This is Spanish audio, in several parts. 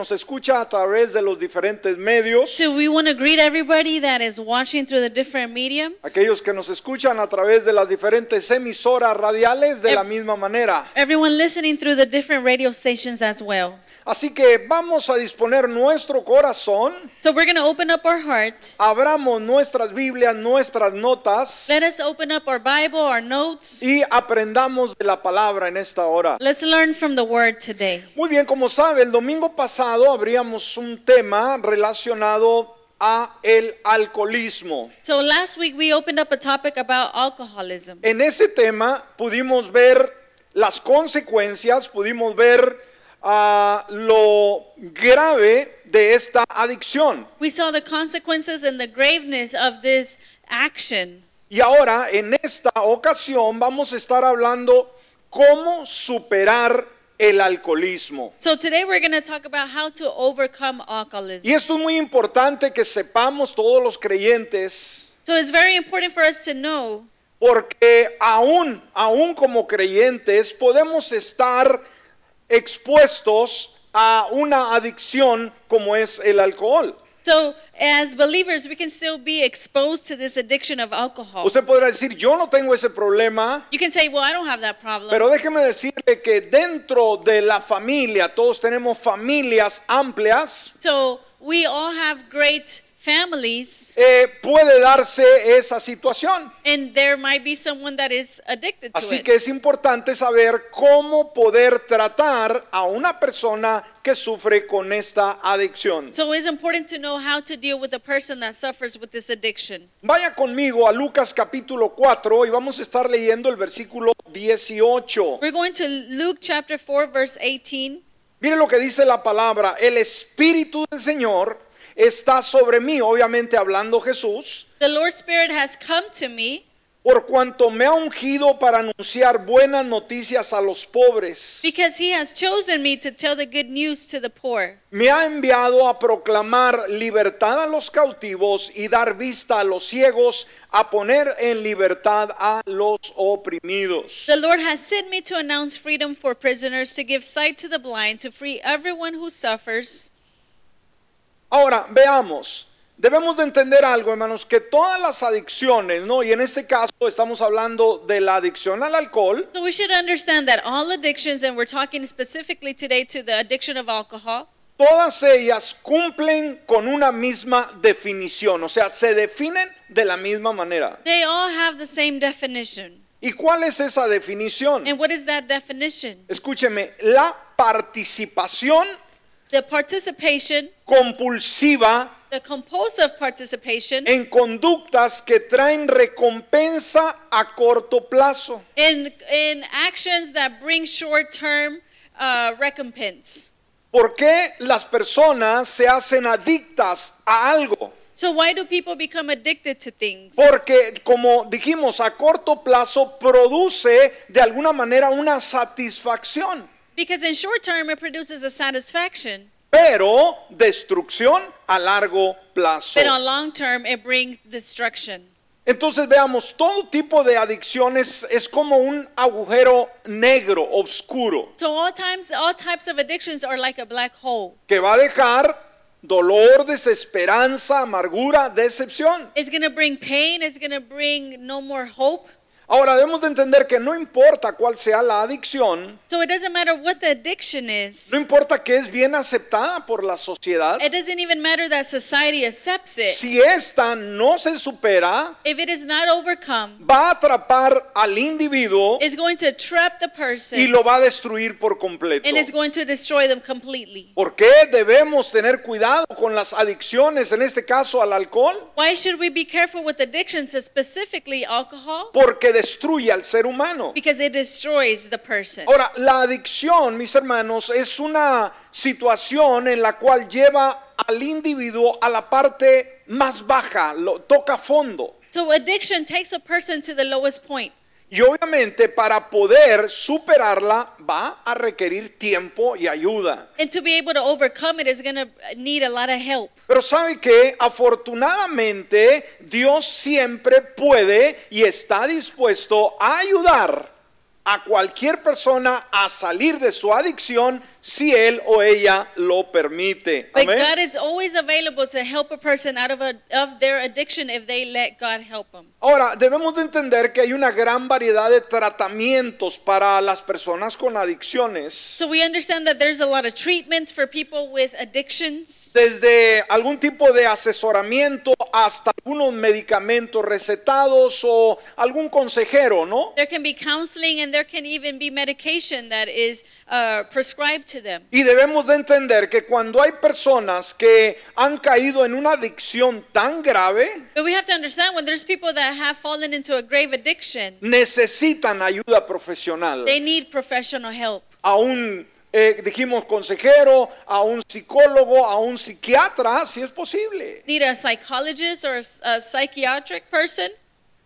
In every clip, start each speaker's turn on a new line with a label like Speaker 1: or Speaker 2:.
Speaker 1: nos escucha a través de los diferentes medios,
Speaker 2: So we want to greet everybody that is watching through the different mediums.
Speaker 1: aquellos que nos escuchan a través de las diferentes emisoras radiales de la misma manera.
Speaker 2: Everyone listening through the different radio stations as well.
Speaker 1: Así que vamos a disponer nuestro corazón,
Speaker 2: So we're going to open up our heart.
Speaker 1: abramos nuestras Biblias, nuestras notas
Speaker 2: Let us open up our Bible, our notes.
Speaker 1: y aprendamos de la palabra en esta hora.
Speaker 2: Let's learn from the word today.
Speaker 1: Muy bien, como sabe, el domingo pasado abríamos un tema relacionado a el alcoholismo.
Speaker 2: So last week we opened up a topic about alcoholism.
Speaker 1: En ese tema pudimos ver las consecuencias, pudimos ver ah, lo grave de esta adicción.
Speaker 2: We saw the consequences and the graveness of this action.
Speaker 1: Y ahora, en esta ocasión, vamos a estar hablando cómo superar el alcoholismo.
Speaker 2: So today we're going to talk about how to overcome alcoholism.
Speaker 1: Y esto es muy importante que sepamos todos los creyentes,
Speaker 2: So it's very important for us to know
Speaker 1: porque aún, aún como creyentes, podemos estar expuestos a una adicción como es el alcohol.
Speaker 2: So, as believers, we can still be exposed to this addiction of alcohol.
Speaker 1: Usted podrá decir, yo no tengo ese problema,
Speaker 2: You can say, Well, I don't have that problem.
Speaker 1: pero déjeme decirle que dentro de la familia, todos tenemos familias amplias,
Speaker 2: so, we all have great families,
Speaker 1: eh, puede darse esa situación.
Speaker 2: and there might be someone that is addicted to
Speaker 1: Así
Speaker 2: it.
Speaker 1: que es importante saber cómo poder tratar a una persona que sufre con esta adicción.
Speaker 2: so, it's important to know how to deal with the person that suffers with this addiction.
Speaker 1: Vaya conmigo a Lucas capítulo 4 y vamos a estar leyendo el versículo 18.
Speaker 2: We're going to Luke chapter 4, verse 18.
Speaker 1: Mire lo que dice la palabra, el Espíritu del Señor está sobre mí, obviamente hablando Jesús,
Speaker 2: The Lord Spirit has come to me
Speaker 1: por cuanto me ha ungido para anunciar buenas noticias a los pobres.
Speaker 2: because he has chosen me to tell the good news to the poor.
Speaker 1: Me ha enviado a proclamar libertad a los cautivos y dar vista a los ciegos, a poner en libertad a los oprimidos.
Speaker 2: The Lord has sent me to announce freedom for prisoners, to give sight to the blind, to free everyone who suffers.
Speaker 1: Ahora, veamos. Debemos de entender algo, hermanos, que todas las adicciones, ¿no? Y en este caso estamos hablando de la adicción al alcohol,
Speaker 2: So we should understand that all addictions, and we're talking specifically today to the addiction of alcohol,
Speaker 1: Todas ellas cumplen con una misma definición, o sea, se definen de la misma manera.
Speaker 2: they all have the same definition.
Speaker 1: ¿Y cuál es esa definición?
Speaker 2: And what is that definition?
Speaker 1: Escúcheme, la participación
Speaker 2: The participation,
Speaker 1: compulsiva
Speaker 2: the compulsive participation
Speaker 1: en conductas que traen recompensa a corto plazo.
Speaker 2: in, in actions that bring short term uh, recompense.
Speaker 1: ¿Por qué las personas se hacen adictas a algo?
Speaker 2: So, why do people become addicted to things?
Speaker 1: Porque, como dijimos, a corto plazo produce de alguna manera una satisfacción.
Speaker 2: Because in short term, it produces a satisfaction.
Speaker 1: pero destrucción a largo plazo.
Speaker 2: But on long term, it brings destruction.
Speaker 1: Entonces veamos, todo tipo de adicciones es como un agujero negro, oscuro,
Speaker 2: So all times, all types of addictions are like a black hole.
Speaker 1: que va a dejar dolor, desesperanza, amargura, decepción.
Speaker 2: It's gonna bring pain. It's gonna bring no more hope.
Speaker 1: Ahora debemos de entender que no importa cuál sea la adicción,
Speaker 2: So it doesn't matter what the addiction is.
Speaker 1: no importa que es bien aceptada por la sociedad,
Speaker 2: It doesn't even matter that society accepts it.
Speaker 1: si esta no se supera,
Speaker 2: If it is not overcome,
Speaker 1: va a atrapar al individuo
Speaker 2: it's going to trap the
Speaker 1: y
Speaker 2: person
Speaker 1: lo va a destruir por completo.
Speaker 2: and it's going to destroy them completely.
Speaker 1: ¿Por qué debemos tener cuidado con las adicciones, en este caso al alcohol?
Speaker 2: Why should we be careful with addictions, specifically alcohol?
Speaker 1: Porque destruye al ser humano.
Speaker 2: Because it destroys the person.
Speaker 1: Ahora, la adicción, mis hermanos, es una situación en la cual lleva al individuo a la parte más baja, lo toca fondo.
Speaker 2: So addiction takes a person to the lowest point.
Speaker 1: Y obviamente para poder superarla va a requerir tiempo y ayuda.
Speaker 2: And to be able to overcome it is going to need a lot of help.
Speaker 1: Pero sabe que afortunadamente Dios siempre puede y está dispuesto a ayudar a cualquier persona a salir de su adicción si él o ella lo permite.
Speaker 2: But
Speaker 1: Amén.
Speaker 2: God is always available to help a person out of, a, of their addiction if they let God help them.
Speaker 1: Ahora, debemos de entender que hay una gran variedad de tratamientos para las personas con adicciones.
Speaker 2: So we understand that there's a lot of treatments for people with addictions,
Speaker 1: Desde algún tipo de asesoramiento hasta algunos medicamentos recetados o algún consejero, ¿no?
Speaker 2: there can be counseling, and there can even be medication that is uh, prescribed to them.
Speaker 1: Y debemos de entender que cuando hay personas que han caído en una adicción tan grave,
Speaker 2: But we have to understand when there's people that have fallen into a grave addiction,
Speaker 1: necesitan ayuda profesional.
Speaker 2: they need professional help.
Speaker 1: a un, eh, dijimos, consejero, a un psicólogo, a un psiquiatra, si es posible.
Speaker 2: Need a psychologist or a, s- a psychiatric person.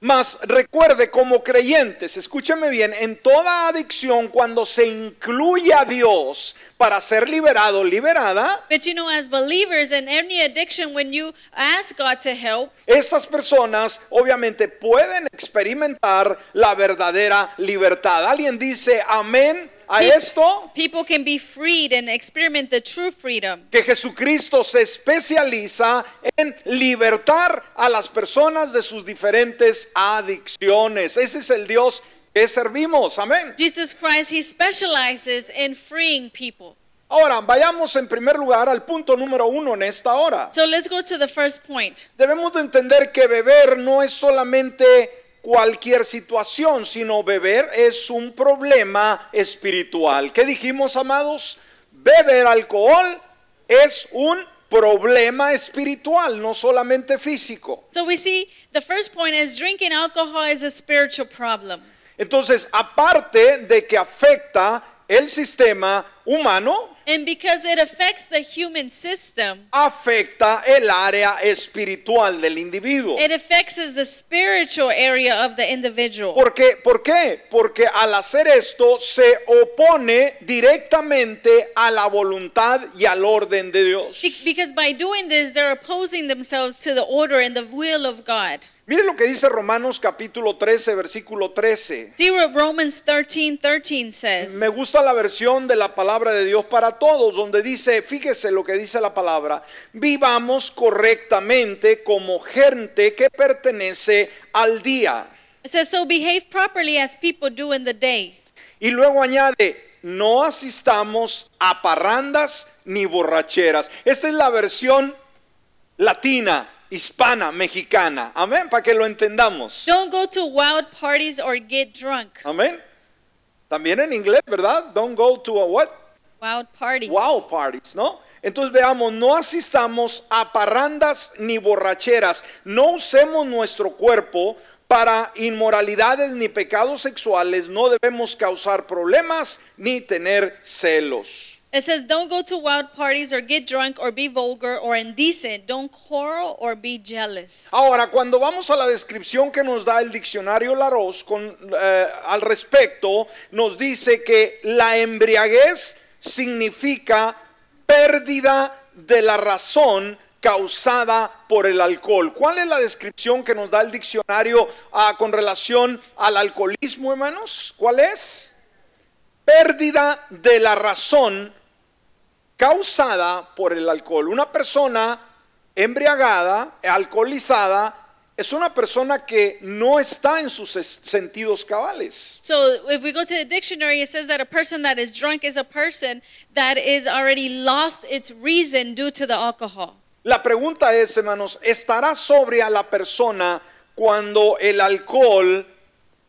Speaker 1: Mas recuerde, como creyentes, escúchame bien, en toda adicción, cuando se incluye a Dios para ser liberado, liberada,
Speaker 2: But you know, as believers in any addiction, when you ask God to help,
Speaker 1: estas personas obviamente pueden experimentar la verdadera libertad. ¿Alguien dice amén a
Speaker 2: Sí.
Speaker 1: esto?
Speaker 2: people can be freed and experiment the true freedom.
Speaker 1: que Jesucristo se especializa en libertar a las personas de sus diferentes adicciones. Ese es el Dios que servimos. Amén.
Speaker 2: Jesus Christ, he specializes in freeing people.
Speaker 1: Ahora, vayamos en primer lugar al punto número uno en esta hora.
Speaker 2: So let's go to the first point.
Speaker 1: Debemos de entender que beber no es solamente cualquier situación, sino beber es un problema espiritual. ¿Qué dijimos, amados? Beber alcohol es un problema espiritual, no solamente físico.
Speaker 2: So we see the first point is drinking alcohol is a spiritual problem.
Speaker 1: Entonces, aparte de que afecta el sistema humano,
Speaker 2: And because it affects the human system,
Speaker 1: afecta el área espiritual del individuo.
Speaker 2: it affects us the spiritual area of the individual.
Speaker 1: ¿Por qué? ¿Por qué? Porque al hacer esto se opone directamente a la voluntad y al orden de Dios.
Speaker 2: Be- Because by doing this, they're opposing themselves to the order and the will of God.
Speaker 1: Mire lo que dice Romanos capítulo 13, versículo 13.
Speaker 2: See what Romans 13 13 says.
Speaker 1: Me gusta la versión de la palabra de Dios para todos, donde dice, fíjese lo que dice la palabra, vivamos correctamente como gente que pertenece al día.
Speaker 2: It says, So behave properly as people do in the day.
Speaker 1: Y luego añade, no asistamos a parrandas ni borracheras. Esta es la versión latina, hispana, mexicana. Amén, para que lo entendamos.
Speaker 2: Don't go to wild parties or get drunk.
Speaker 1: Amén. También en inglés, ¿verdad? Don't go to a what?
Speaker 2: Wild parties.
Speaker 1: Wow parties, ¿no? Entonces veamos, no asistamos a parrandas ni borracheras, no usemos nuestro cuerpo para inmoralidades ni pecados sexuales, no debemos causar problemas ni tener celos.
Speaker 2: It says, Don't go to wild parties or get drunk or be vulgar or indecent. Don't quarrel or be jealous.
Speaker 1: Ahora, cuando vamos a la descripción que nos da el diccionario Laros con, eh, al respecto, nos dice que la embriaguez significa pérdida de la razón causada por el alcohol. ¿Cuál es la descripción que nos da el diccionario ah, con relación al alcoholismo, hermanos? ¿Cuál es? Pérdida de la razón causada por el alcohol. Una persona embriagada, alcoholizada, es una persona que no está en sus es- sentidos cabales.
Speaker 2: So if we go to the dictionary, it says that a person that is drunk is a person that is already lost its reason due to the alcohol.
Speaker 1: La pregunta es, hermanos, ¿estará sobria la persona cuando el alcohol,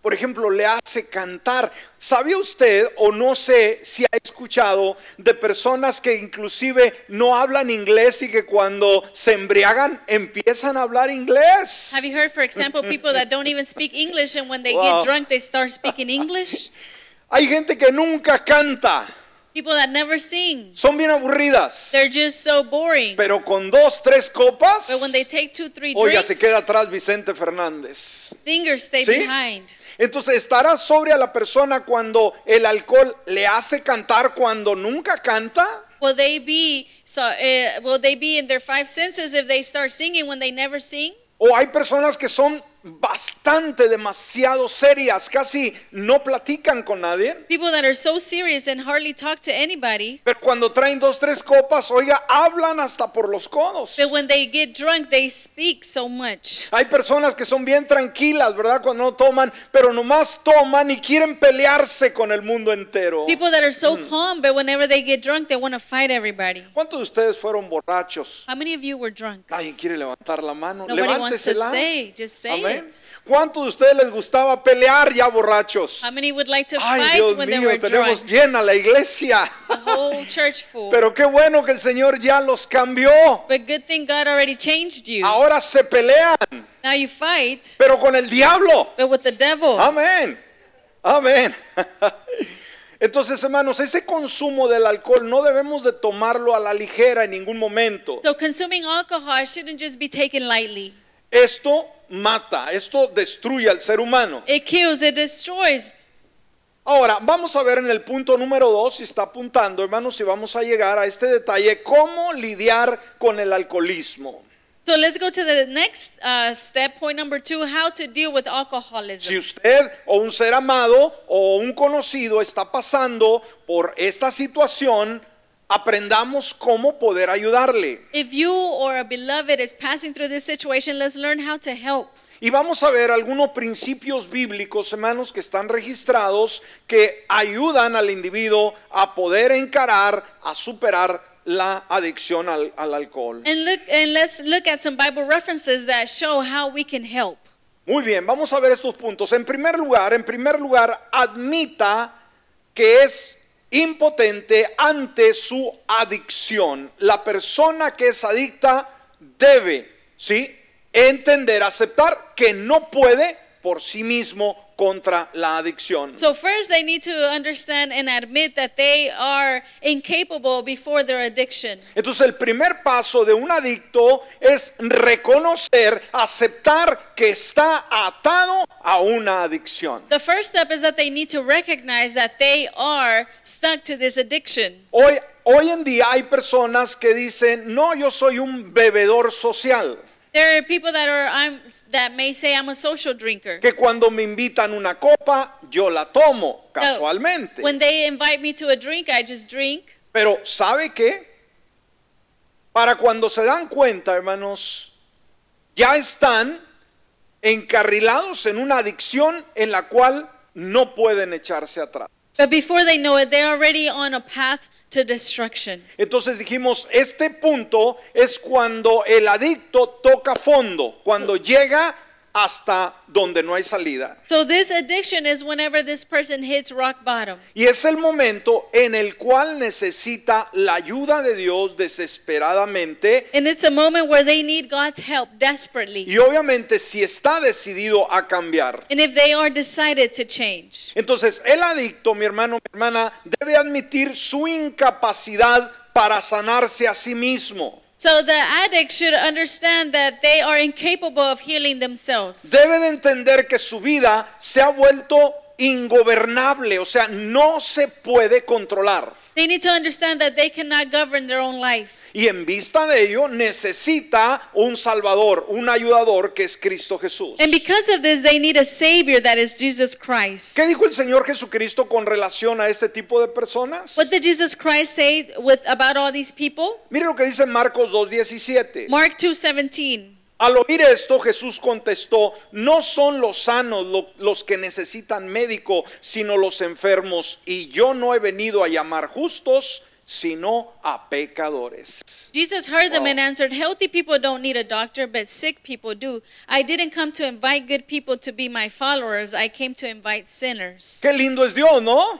Speaker 1: por ejemplo, le hace cantar? ¿Sabe usted o no sé si ha escuchado de personas que inclusive no hablan inglés y que cuando se embriagan empiezan a hablar inglés?
Speaker 2: Have you heard, for example, people that don't even speak English and when they
Speaker 1: Wow.
Speaker 2: get drunk, they start speaking English?
Speaker 1: Hay gente que nunca canta,
Speaker 2: People that never sing.
Speaker 1: son bien aburridas,
Speaker 2: They're just so boring.
Speaker 1: pero con dos, tres copas,
Speaker 2: But when they take two, three
Speaker 1: oiga, se queda
Speaker 2: drinks,
Speaker 1: atrás Vicente Fernández.
Speaker 2: singers stay
Speaker 1: ¿Sí?
Speaker 2: behind.
Speaker 1: Entonces estará sobria la persona cuando el alcohol le hace cantar cuando nunca canta.
Speaker 2: Will they be so? eh, Uh, will they be in their five senses if they start singing when they never sing?
Speaker 1: O hay personas que son bastante, demasiado serias, casi no platican con nadie.
Speaker 2: People that are so serious and hardly talk to anybody,
Speaker 1: Pero cuando traen dos, tres copas, oiga, hablan hasta por los codos.
Speaker 2: but when they get drunk, they speak so much.
Speaker 1: Hay personas que son bien tranquilas, ¿verdad? Cuando no toman, pero nomás toman y quieren pelearse con el mundo entero.
Speaker 2: People that are so
Speaker 1: Mm.
Speaker 2: calm, but whenever they get drunk, they want to fight everybody.
Speaker 1: ¿Cuántos de ustedes fueron borrachos?
Speaker 2: How many of you were drunk?
Speaker 1: Nadie quiere levantar la mano.
Speaker 2: Nobody wants to
Speaker 1: Levántesela.
Speaker 2: say. Just say
Speaker 1: Amén.
Speaker 2: it.
Speaker 1: ¿Cuántos de ustedes les gustaba pelear ya borrachos?
Speaker 2: How many would like to
Speaker 1: Ay,
Speaker 2: fight
Speaker 1: Dios
Speaker 2: when they were
Speaker 1: mío, tenemos
Speaker 2: drunk?
Speaker 1: llena la iglesia.
Speaker 2: The whole church full.
Speaker 1: Pero qué bueno que el Señor ya los cambió.
Speaker 2: but good thing God already changed you.
Speaker 1: Ahora se pelean,
Speaker 2: Now you fight,
Speaker 1: pero con el diablo.
Speaker 2: but with the devil.
Speaker 1: Amén. Amén. Entonces, hermanos, ese consumo del alcohol no debemos de tomarlo a la ligera en ningún momento.
Speaker 2: So consuming alcohol shouldn't just be taken lightly.
Speaker 1: Esto mata, esto destruye al ser humano.
Speaker 2: It kills, it destroys.
Speaker 1: Ahora, vamos a ver en el punto número 2, si está apuntando, hermanos, si vamos a llegar a este detalle, cómo lidiar con el alcoholismo.
Speaker 2: So let's go to the next uh, step, point number two, how to deal with alcoholism.
Speaker 1: Si usted o un ser amado o un conocido está pasando por esta situación, aprendamos cómo poder ayudarle.
Speaker 2: If you or a beloved is passing through this situation, let's learn how to help.
Speaker 1: Y vamos a ver algunos principios bíblicos, hermanos, que están registrados que ayudan al individuo a poder encarar, a superar la adicción al, al alcohol.
Speaker 2: And look and let's look at some Bible references that show how we can help.
Speaker 1: Muy bien, vamos a ver estos puntos. En primer lugar, en primer lugar, admita que es impotente ante su adicción. La persona que es adicta debe, ¿sí? Entender, aceptar que no puede por sí mismo contra la adicción.
Speaker 2: So first they need to understand and admit that they are incapable before their addiction.
Speaker 1: Entonces el primer paso de un adicto es reconocer, aceptar que está atado a una adicción.
Speaker 2: The first step is that they need to recognize that they are stuck to this addiction.
Speaker 1: Hoy, hoy en día hay personas que dicen, no, yo soy un bebedor social,
Speaker 2: There are people that are I'm, that may say I'm a social drinker.
Speaker 1: que cuando me invitan una copa, yo la tomo, casualmente.
Speaker 2: When they invite me to a drink, I just drink.
Speaker 1: Pero ¿sabe qué? Para cuando se dan cuenta, hermanos, ya están encarrilados en una adicción en la cual no pueden echarse atrás.
Speaker 2: But before they know it, they're already on a path to destruction.
Speaker 1: Entonces dijimos, este punto es cuando el adicto toca fondo, cuando llega hasta donde no hay salida.
Speaker 2: So this addiction is whenever this person hits rock bottom.
Speaker 1: Y es el momento en el cual necesita la ayuda de Dios desesperadamente.
Speaker 2: And it's a moment where they need God's help desperately.
Speaker 1: Y obviamente si está decidido a cambiar.
Speaker 2: And if they are decided to change.
Speaker 1: Entonces el adicto, mi hermano, mi hermana, debe admitir su incapacidad para sanarse a sí mismo.
Speaker 2: So the addict should understand that they are incapable of healing themselves.
Speaker 1: debe de entender que su vida se ha vuelto ingobernable, o sea, no se puede controlar.
Speaker 2: They need to understand that they cannot govern their own life.
Speaker 1: Y en vista de ello necesita un salvador, un ayudador que es Cristo Jesús.
Speaker 2: And because of this, they need a savior that is Jesus Christ.
Speaker 1: ¿Qué dijo el Señor Jesucristo con relación a este tipo de personas?
Speaker 2: What did Jesus Christ say with about all these people?
Speaker 1: Mire lo que dice Marcos 2.17.
Speaker 2: Mark 2:17.
Speaker 1: Al oír esto, Jesús contestó, no son los sanos lo- los que necesitan médico, sino los enfermos. Y yo no he venido a llamar justos, sino a pecadores.
Speaker 2: Jesus heard them
Speaker 1: Wow.
Speaker 2: and answered, "Healthy people don't need a doctor, but sick people do. I didn't come to invite good people to be my followers. I came to invite sinners."
Speaker 1: Qué lindo es Dios, ¿no?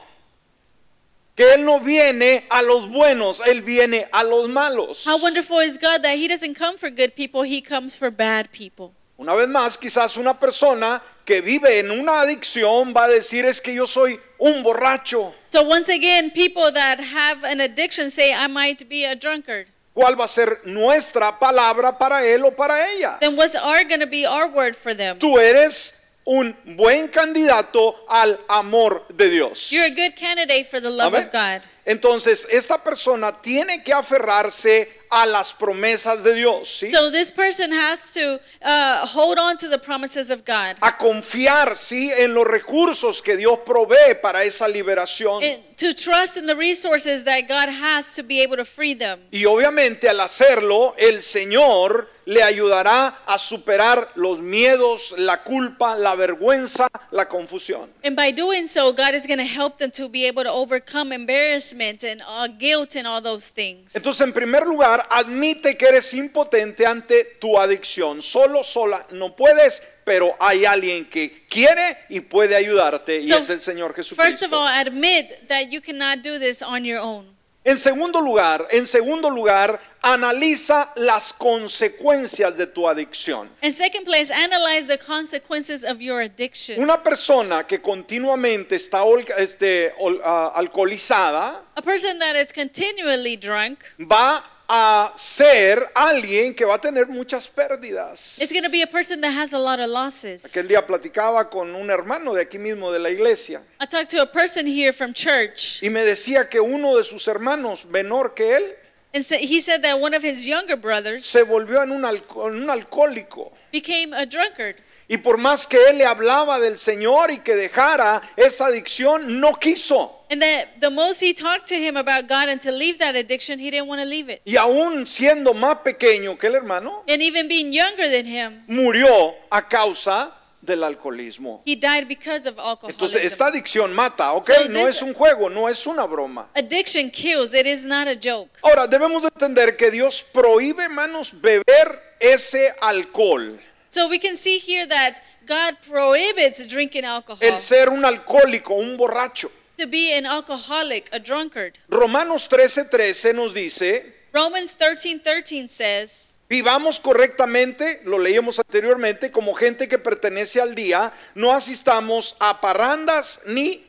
Speaker 1: Que Él no viene a los buenos, Él viene a los malos.
Speaker 2: How wonderful is God that He doesn't come for good people, He comes for bad people.
Speaker 1: Una vez más, quizás una persona que vive en una adicción va a decir, es que yo soy un borracho.
Speaker 2: So, once again, people that have an addiction say, I might be a drunkard.
Speaker 1: ¿Cuál va a ser nuestra palabra para él o para ella?
Speaker 2: Then, what's are going to be our word for them?
Speaker 1: tú eres un buen candidato al amor de Dios.
Speaker 2: You're a good candidate for the love
Speaker 1: Amén.
Speaker 2: of God.
Speaker 1: Entonces, esta persona tiene que aferrarse a las promesas de Dios, ¿sí?
Speaker 2: So this person has to uh, hold on to the promises of God
Speaker 1: a confiar, ¿sí? En los recursos que Dios provee para esa liberación.
Speaker 2: and to trust in the resources that God has to be able to free them.
Speaker 1: Y obviamente al hacerlo, el Señor le ayudará a superar los miedos, la culpa, la vergüenza, la confusión.
Speaker 2: And by doing so, God is going to help them to be able to overcome embarrassment and uh, guilt and all those things.
Speaker 1: Entonces, en primer lugar, admite que eres impotente ante tu adicción. Solo, sola, no puedes, pero hay alguien que quiere y puede ayudarte, y
Speaker 2: So,
Speaker 1: es el Señor
Speaker 2: First of
Speaker 1: Jesucristo.
Speaker 2: all, admit that you cannot do this on your own.
Speaker 1: En segundo lugar, en segundo lugar, analiza las consecuencias de tu adicción.
Speaker 2: And second place, analyze the consequences of your addiction.
Speaker 1: Una persona que continuamente está ol- este, ol- ah, alcoholizada
Speaker 2: A person that is continually drunk
Speaker 1: va a ser alguien que va a tener muchas pérdidas.
Speaker 2: is going to be a person that has a lot of losses.
Speaker 1: Aquel día platicaba con un hermano de aquí mismo de la iglesia
Speaker 2: I talked to a person here from church,
Speaker 1: y me decía que uno de sus hermanos menor que él
Speaker 2: and sa- he said that one of his younger brothers
Speaker 1: se volvió en un, alco- en un alcohólico.
Speaker 2: became a drunkard.
Speaker 1: Y por más que él le hablaba del Señor y que dejara esa adicción, no quiso.
Speaker 2: And that the most he talked to him about God and to leave that addiction, he didn't want to leave it.
Speaker 1: Y aún siendo más pequeño que el hermano,
Speaker 2: And even being younger than him,
Speaker 1: murió a causa del alcoholismo.
Speaker 2: he died because of alcoholism.
Speaker 1: Entonces, esta adicción mata, ¿ok?
Speaker 2: So
Speaker 1: No
Speaker 2: this-
Speaker 1: es un juego, no es una broma.
Speaker 2: Addiction kills, it is not a joke.
Speaker 1: Ahora, debemos de entender que Dios prohíbe, hermanos, beber ese alcohol.
Speaker 2: So we can see here that God prohibits drinking alcohol.
Speaker 1: El ser un alcohólico, un borracho.
Speaker 2: to be an alcoholic, a drunkard.
Speaker 1: Romanos 13:13 nos dice,
Speaker 2: Romans 13 13 says,
Speaker 1: vivamos correctamente, lo leíamos anteriormente, como gente que pertenece al día, no asistamos a parrandas ni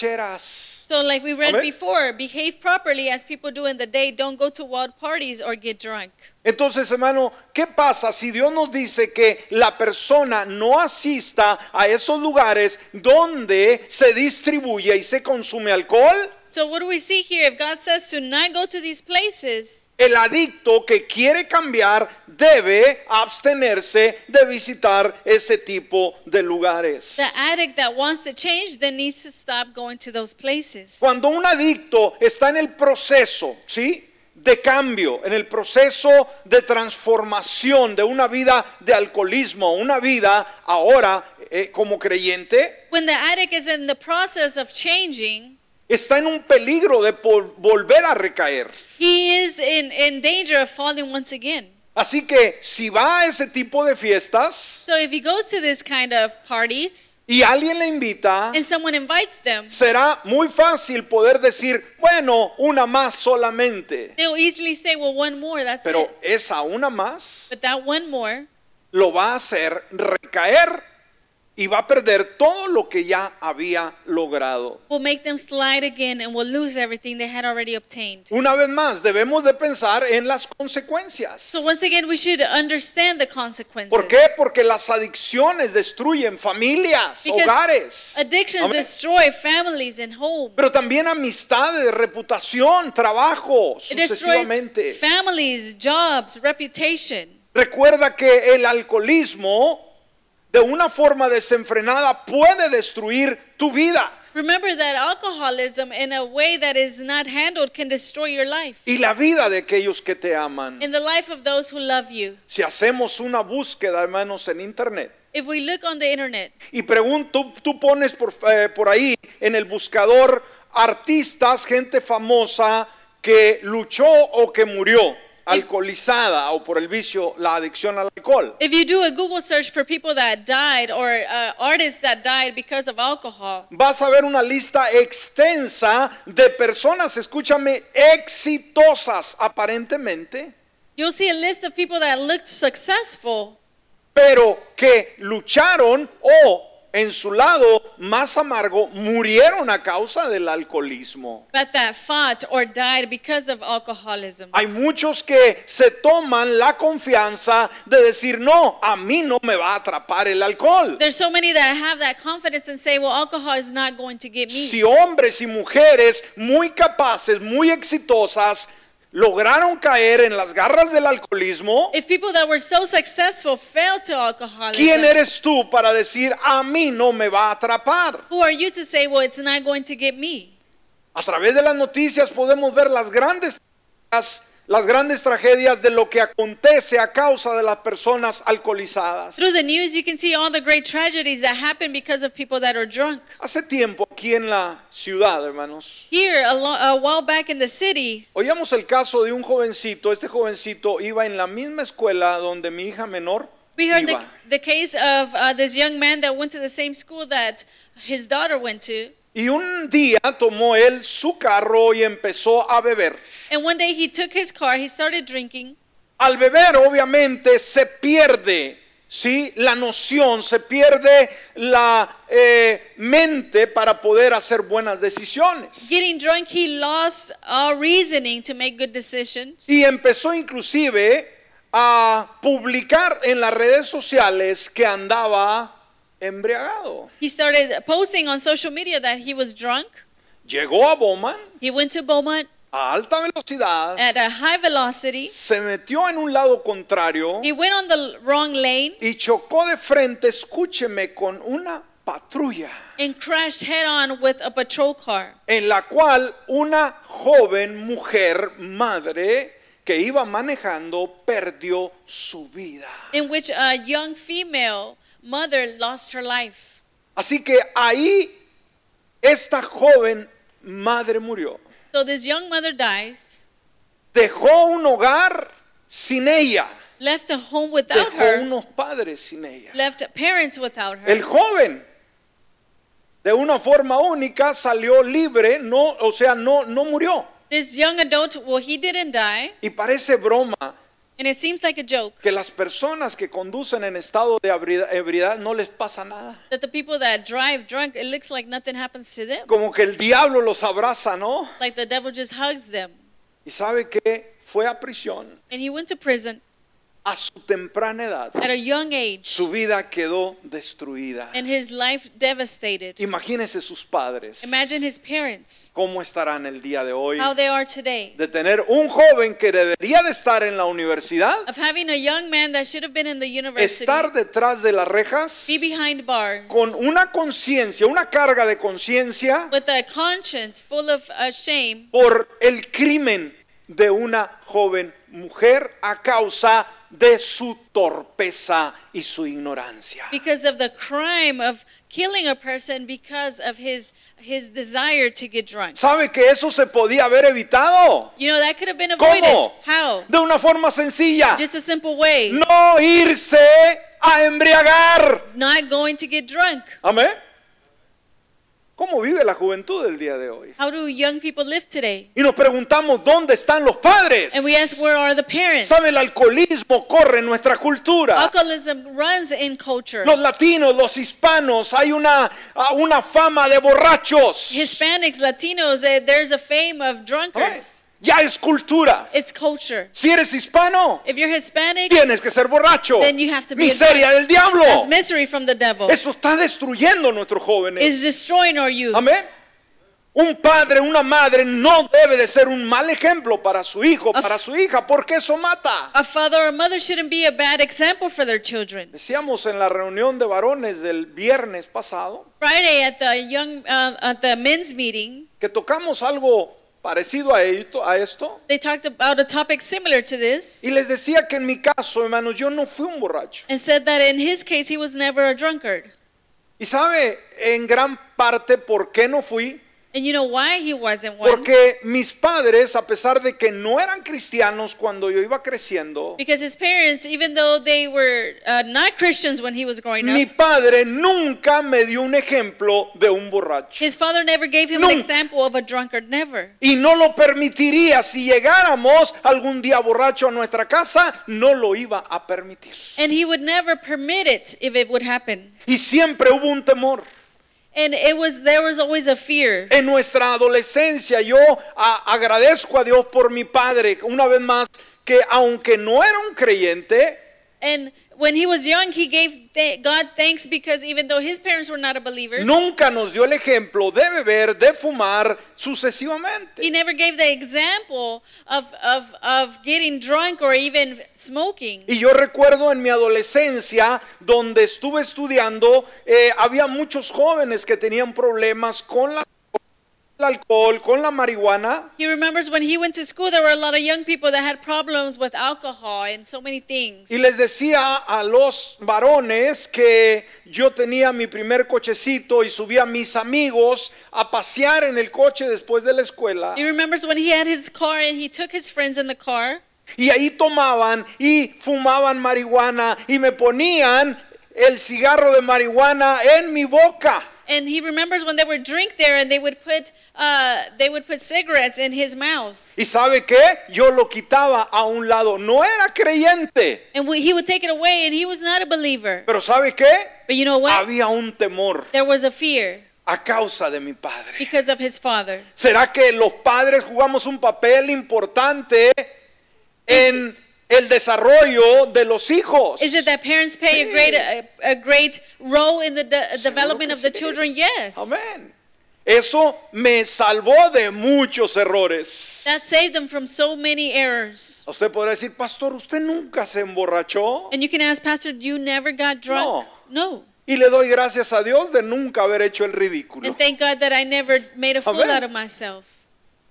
Speaker 1: borracheras.
Speaker 2: so like we read
Speaker 1: Amen.
Speaker 2: before, behave properly as people do in the day. Don't go to wild parties or get drunk.
Speaker 1: Entonces, hermano, ¿qué pasa si Dios nos dice que la persona no asista a esos lugares donde se distribuye y se consume alcohol?
Speaker 2: So what do we see here? If God says to not go to these places,
Speaker 1: El adicto que quiere cambiar debe abstenerse de visitar ese tipo de lugares.
Speaker 2: the addict that wants to change then needs to stop going to those places.
Speaker 1: Cuando un adicto está en el proceso, ¿sí? De cambio, en el proceso de transformación de una vida de alcoholismo, una vida ahora eh, como creyente,
Speaker 2: When the addict is in the process of changing,
Speaker 1: está en un peligro de por- volver a recaer.
Speaker 2: he is in, in danger of falling once again.
Speaker 1: Así que si va a ese tipo de fiestas
Speaker 2: So if he goes to this kind of parties
Speaker 1: y alguien le invita,
Speaker 2: and someone invites them,
Speaker 1: será muy fácil poder decir, bueno, una más solamente.
Speaker 2: They'll easily say, well, one more, that's
Speaker 1: Pero
Speaker 2: it.
Speaker 1: esa una más
Speaker 2: But that one more
Speaker 1: lo va a hacer recaer y va a perder todo lo que ya había logrado.
Speaker 2: will make them slide again and will lose everything they had already obtained.
Speaker 1: Una vez más, debemos de pensar en las consecuencias.
Speaker 2: So once again, we should understand the consequences.
Speaker 1: ¿Por qué? Porque las adicciones destruyen familias,
Speaker 2: Because
Speaker 1: hogares.
Speaker 2: Addictions
Speaker 1: Amén.
Speaker 2: destroy families and homes.
Speaker 1: Pero también amistades, reputación, trabajo,
Speaker 2: it destroys
Speaker 1: sucesivamente.
Speaker 2: families, jobs, reputation.
Speaker 1: Recuerda que el alcoholismo de una forma desenfrenada puede destruir tu vida.
Speaker 2: Remember that alcoholism in a way that is not handled can destroy your life
Speaker 1: Y la vida de aquellos que te aman.
Speaker 2: and the life of those who love you.
Speaker 1: Si hacemos una búsqueda, hermanos, en internet
Speaker 2: If we look on the internet
Speaker 1: y pregunto, tú pones por, eh, por ahí en el buscador artistas, gente famosa que luchó o que murió alcoholizada o por el vicio, la adicción al alcohol.
Speaker 2: If you do a Google search for people that died or uh, artists that died because of alcohol,
Speaker 1: vas a ver una lista extensa de personas, escúchame, exitosas aparentemente,
Speaker 2: you'll see a list of people that looked successful,
Speaker 1: pero que lucharon o en su lado más amargo murieron a causa del alcoholismo.
Speaker 2: but that fought or died because of alcoholism.
Speaker 1: Hay muchos que se toman la confianza de decir, no, a mí no me va a atrapar el alcohol.
Speaker 2: There's so many that have that confidence and say, well, alcohol is not going to get me.
Speaker 1: Si hombres y mujeres muy capaces, muy exitosas, lograron caer en las garras del alcoholismo,
Speaker 2: If people that were so successful fail to alcoholism,
Speaker 1: ¿quién eres tú para decir a mí no me va a atrapar?
Speaker 2: who are you to say, well, it's not going to get me?
Speaker 1: A través de las noticias podemos ver las grandes las, las grandes tragedias de lo que acontece a causa de las personas alcoholizadas.
Speaker 2: Through the news, you can see all the great tragedies that happen because of people that are drunk.
Speaker 1: Hace tiempo aquí en la ciudad, hermanos,
Speaker 2: Here, a, lo- a while back in the city,
Speaker 1: oíamos el caso de un jovencito. Este jovencito iba en la misma escuela donde mi hija menor
Speaker 2: we heard the,
Speaker 1: iba.
Speaker 2: the case of uh, this young man that went to the same school that his daughter went to.
Speaker 1: Y un día tomó él su carro y empezó a beber.
Speaker 2: And one day he took his car, he started drinking.
Speaker 1: Al beber obviamente se pierde, ¿sí? La noción, se pierde la eh, mente para poder hacer buenas decisiones.
Speaker 2: Getting drunk, he lost all reasoning to make good decisions.
Speaker 1: Y empezó inclusive a publicar en las redes sociales que andaba embriagado.
Speaker 2: He started posting on social media that he was drunk.
Speaker 1: Llegó a Bowman
Speaker 2: He went to Beaumont
Speaker 1: a alta velocidad,
Speaker 2: at a high velocity.
Speaker 1: se metió en un lado contrario
Speaker 2: He went on the wrong lane
Speaker 1: y chocó de frente, escúcheme, con una patrulla
Speaker 2: and crashed head on with a patrol car.
Speaker 1: en la cual una joven mujer, madre, que iba manejando, perdió su vida.
Speaker 2: in which a young female mother lost her life.
Speaker 1: Así que ahí esta joven madre murió.
Speaker 2: So this young mother dies,
Speaker 1: Dejó un hogar sin ella,
Speaker 2: left a home without
Speaker 1: dejó
Speaker 2: her,
Speaker 1: unos padres sin ella.
Speaker 2: left parents without
Speaker 1: El
Speaker 2: her.
Speaker 1: joven de una forma única salió libre, no, o sea, no no murió.
Speaker 2: This young adult, well, he didn't die,
Speaker 1: Y parece broma,
Speaker 2: and it seems like a joke
Speaker 1: que las personas que conducen en estado de ebriedad ebriedad no les pasa nada.
Speaker 2: that the people that drive drunk, it looks like nothing happens to them.
Speaker 1: Como que el diablo los abraza, ¿no?
Speaker 2: Like the devil just hugs them.
Speaker 1: Y sabe que fue a prisión
Speaker 2: And he went to prison
Speaker 1: a su temprana edad.
Speaker 2: at a young age,
Speaker 1: Su vida quedó destruida.
Speaker 2: and his life devastated.
Speaker 1: Imagínense sus padres.
Speaker 2: Imagine his parents,
Speaker 1: ¿Cómo estarán el día de hoy?
Speaker 2: how they are today.
Speaker 1: De tener un joven que debería de estar en la universidad,
Speaker 2: Of having a young man that should have been in the university,
Speaker 1: estar detrás de las rejas,
Speaker 2: be behind bars.
Speaker 1: con una conciencia, una carga de conciencia
Speaker 2: with a conscience full of uh, shame
Speaker 1: por el crimen de una joven mujer a causa de su torpeza y su ignorancia.
Speaker 2: because of the crime of killing a person because of his his desire to get drunk.
Speaker 1: ¿Sabe que eso se podía haber evitado?
Speaker 2: You know that could have been avoided.
Speaker 1: ¿Cómo?
Speaker 2: How?
Speaker 1: De una forma sencilla.
Speaker 2: Just a simple way.
Speaker 1: No irse a embriagar.
Speaker 2: Not going to get drunk.
Speaker 1: Amén. ¿Cómo vive la juventud el día de hoy?
Speaker 2: How do young people live today?
Speaker 1: Y nos preguntamos dónde están los padres.
Speaker 2: And we ask where are the parents?
Speaker 1: ¿Sabe el alcoholismo corre en nuestra cultura?
Speaker 2: Alcoholism runs in culture.
Speaker 1: Los latinos, los hispanos, hay una, ah, una fama de borrachos.
Speaker 2: Hispanics, Latinos, eh, there's a fame of
Speaker 1: Amén.
Speaker 2: drunkards.
Speaker 1: Ya es cultura.
Speaker 2: It's culture.
Speaker 1: Si eres hispano,
Speaker 2: If you're Hispanic,
Speaker 1: tienes que ser borracho.
Speaker 2: Then you have to be
Speaker 1: Miseria del diablo.
Speaker 2: that's misery from the devil.
Speaker 1: Eso está destruyendo a nuestros
Speaker 2: It's
Speaker 1: jóvenes.
Speaker 2: destroying our youth.
Speaker 1: Amén. Un padre, una madre no debe de ser un mal ejemplo para su hijo,
Speaker 2: Of-
Speaker 1: para su hija, porque eso mata.
Speaker 2: A father or mother shouldn't be a bad example for their children.
Speaker 1: Decíamos en la reunión de varones del viernes pasado
Speaker 2: Friday at the young uh, at the men's meeting,
Speaker 1: que tocamos algo parecido a esto, a esto
Speaker 2: they talked about a topic similar to this
Speaker 1: y les decía que en mi caso, hermanos, yo no fui un borracho.
Speaker 2: and said that in his case he was never a drunkard.
Speaker 1: Y sabe en gran parte por qué no fui,
Speaker 2: And you know why he wasn't one?
Speaker 1: porque mis padres, a pesar de que no eran cristianos cuando yo iba creciendo,
Speaker 2: Because his parents, even though they were uh, not Christians when he was growing
Speaker 1: Mi
Speaker 2: up,
Speaker 1: padre nunca me dio un ejemplo de un borracho.
Speaker 2: his father never gave him an
Speaker 1: Nunca.
Speaker 2: example of a drunkard. Never.
Speaker 1: Y no lo permitiría si llegáramos algún día borracho a nuestra casa, no lo iba a permitir.
Speaker 2: And he would never permit it if it would happen.
Speaker 1: Y siempre hubo un temor.
Speaker 2: And it was there was always a fear.
Speaker 1: En nuestra adolescencia yo a- agradezco a Dios por mi padre, una vez más, que aunque no era un creyente,
Speaker 2: And when he was young, he gave th- God thanks because even though his parents were not a believer,
Speaker 1: Nunca nos dio el ejemplo de beber, de fumar
Speaker 2: he
Speaker 1: sucesivamente.
Speaker 2: never gave the example of, of, of getting drunk or even smoking.
Speaker 1: Y yo recuerdo en mi adolescencia, donde estuve estudiando, eh, había muchos jóvenes que tenían problemas con la- el alcohol, con la marihuana.
Speaker 2: He remembers when he went to school, there were a lot of young people that had problems with alcohol and so many things.
Speaker 1: Y les decía a los varones que yo tenía mi primer cochecito y subía a mis amigos a pasear en el coche después de la escuela.
Speaker 2: He remembers when he had his car and he took his friends in the car.
Speaker 1: Y ahí tomaban y fumaban marihuana y me ponían el cigarro de marihuana en mi boca.
Speaker 2: And he remembers when they would drink there and they would put, uh, they would put cigarettes in his mouth.
Speaker 1: ¿Y sabe qué? Yo lo quitaba a un lado. No era creyente,
Speaker 2: And we, he would take it away and he was not a believer.
Speaker 1: pero ¿sabe qué?
Speaker 2: But you know what?
Speaker 1: Había un temor
Speaker 2: There was a fear
Speaker 1: a causa de mi padre.
Speaker 2: because of his father.
Speaker 1: ¿Será que los padres jugamos un papel importante en el desarrollo de los hijos?
Speaker 2: Is it that parents play a great, a, a great role in the de- development
Speaker 1: que
Speaker 2: of the
Speaker 1: sí.
Speaker 2: children? Yes.
Speaker 1: Amén. Eso me salvó de muchos errores.
Speaker 2: That saved them from so many errors.
Speaker 1: Usted podrá decir, pastor, usted nunca se emborrachó.
Speaker 2: And you can ask Pastor, you never got drunk? No.
Speaker 1: Y le doy gracias a Dios de nunca haber hecho el ridículo.
Speaker 2: And thank God that I never made a fool
Speaker 1: Amen.
Speaker 2: out of myself.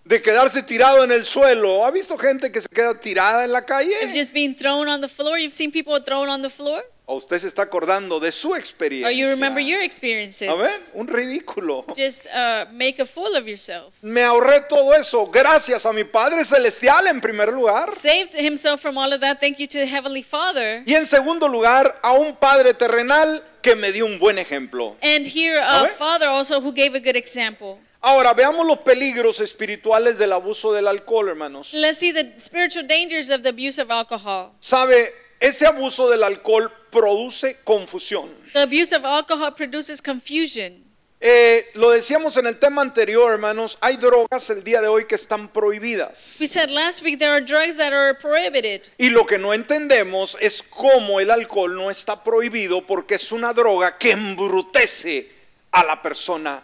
Speaker 1: De quedarse tirado en el suelo. ¿Ha visto gente que se queda tirada en la
Speaker 2: Of
Speaker 1: calle?
Speaker 2: just being thrown on the floor. You've seen people thrown on the floor?
Speaker 1: ¿O usted se está acordando de su experiencia?
Speaker 2: Or Oh, you remember your experiences.
Speaker 1: Amén. Un ridículo.
Speaker 2: Just uh, make a fool of yourself.
Speaker 1: Me ahorré todo eso gracias a mi Padre Celestial en primer lugar.
Speaker 2: Saved himself from all of that. Thank you to the Heavenly Father.
Speaker 1: Y en segundo lugar, a un Padre terrenal que me dio un buen ejemplo.
Speaker 2: And here, a
Speaker 1: Amen.
Speaker 2: father also who gave a good example.
Speaker 1: Ahora, veamos los peligros espirituales del abuso del alcohol, hermanos.
Speaker 2: Let's see the spiritual dangers of the abuse of alcohol.
Speaker 1: Sabe, ese abuso del alcohol produce confusión.
Speaker 2: The abuse of alcohol produces confusion.
Speaker 1: Eh, lo decíamos en el tema anterior, hermanos, hay drogas el día de hoy que están prohibidas.
Speaker 2: We said last week there are drugs that are prohibited.
Speaker 1: Y lo que no entendemos es cómo el alcohol no está prohibido porque es una droga que embrutece a la persona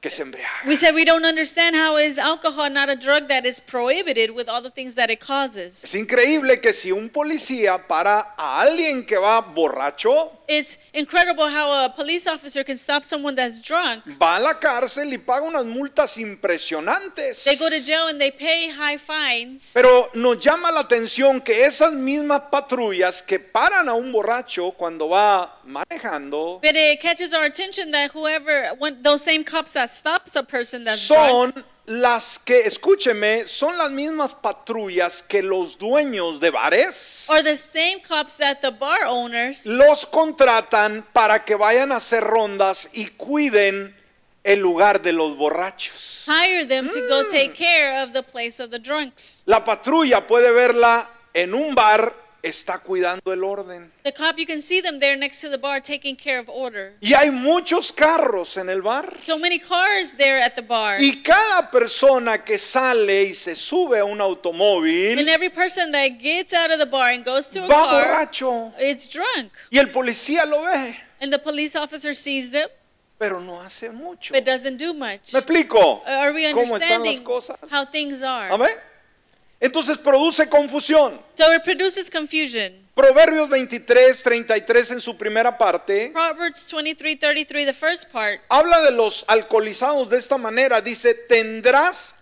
Speaker 1: que se embriaga.
Speaker 2: We said we don't understand how is alcohol not a drug that is prohibited with all the things that it causes.
Speaker 1: Es increíble que si un policía para a alguien que va borracho,
Speaker 2: It's incredible how a police officer can stop someone that's drunk.
Speaker 1: va a la cárcel y paga unas multas impresionantes.
Speaker 2: They go to jail and they pay high fines.
Speaker 1: Pero nos llama la atención que esas mismas patrullas que paran a un borracho cuando va manejando
Speaker 2: But it catches our attention that whoever, when those same cops that stops a person that's drunk,
Speaker 1: son las que, escúcheme, son las mismas patrullas que los dueños de bares
Speaker 2: are the same cops that the bar owners
Speaker 1: los contratan para que vayan a hacer rondas y cuiden el lugar de los borrachos.
Speaker 2: hire them to
Speaker 1: Mm.
Speaker 2: go take care of the place of the drunks.
Speaker 1: La patrulla puede verla en un bar, está cuidando el orden.
Speaker 2: The cop, you can see them there next to the bar taking care of order.
Speaker 1: Y hay muchos carros en el bar.
Speaker 2: So many cars there at the bar.
Speaker 1: Y cada persona que sale y se sube a un
Speaker 2: And
Speaker 1: automóvil
Speaker 2: every person that gets out of the bar and goes to a
Speaker 1: va
Speaker 2: car,
Speaker 1: borracho
Speaker 2: it's drunk.
Speaker 1: y el policía lo ve,
Speaker 2: And the police officer sees them,
Speaker 1: pero no hace mucho.
Speaker 2: but
Speaker 1: ¿Me
Speaker 2: doesn't do much.
Speaker 1: explico?
Speaker 2: Are we
Speaker 1: ¿Cómo están las
Speaker 2: understanding
Speaker 1: cosas?
Speaker 2: how things are?
Speaker 1: Amén. Entonces produce confusión.
Speaker 2: So it produces confusion.
Speaker 1: Proverbios 23, 33 en su primera parte
Speaker 2: Proverbs 23 33, the first part,
Speaker 1: habla de los alcoholizados de esta manera. Dice, tendrás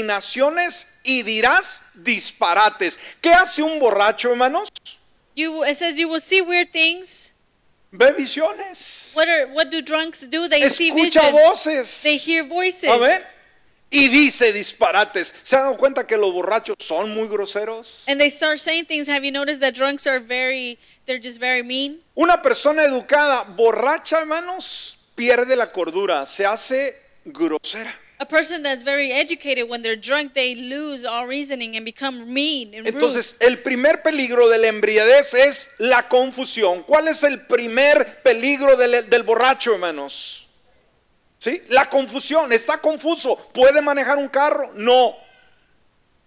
Speaker 1: alucinaciones y dirás disparates. ¿Qué hace un borracho, hermanos?
Speaker 2: you, it says, You will see weird things.
Speaker 1: Ve visiones.
Speaker 2: What, are, what do drunks do? They see
Speaker 1: escucha
Speaker 2: visions,
Speaker 1: voces.
Speaker 2: they hear voices.
Speaker 1: Amén. Y dice disparates. ¿Se han dado cuenta que los borrachos son muy groseros?
Speaker 2: And they start saying things. Have you noticed that drunks are very, they're just very mean?
Speaker 1: Una persona educada, borracha, hermanos, pierde la cordura, se hace grosera.
Speaker 2: A person that's very educated, when they're drunk, they lose all reasoning and become mean and rude.
Speaker 1: Entonces, el primer peligro de la embriaguez es la confusión. ¿Cuál es el primer peligro del, del borracho, hermanos? ¿Sí? La confusión, está confuso. ¿Puede manejar un carro? No.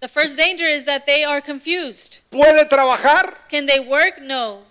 Speaker 2: The first danger is that they are confused.
Speaker 1: ¿Puede trabajar?
Speaker 2: Can they work? No.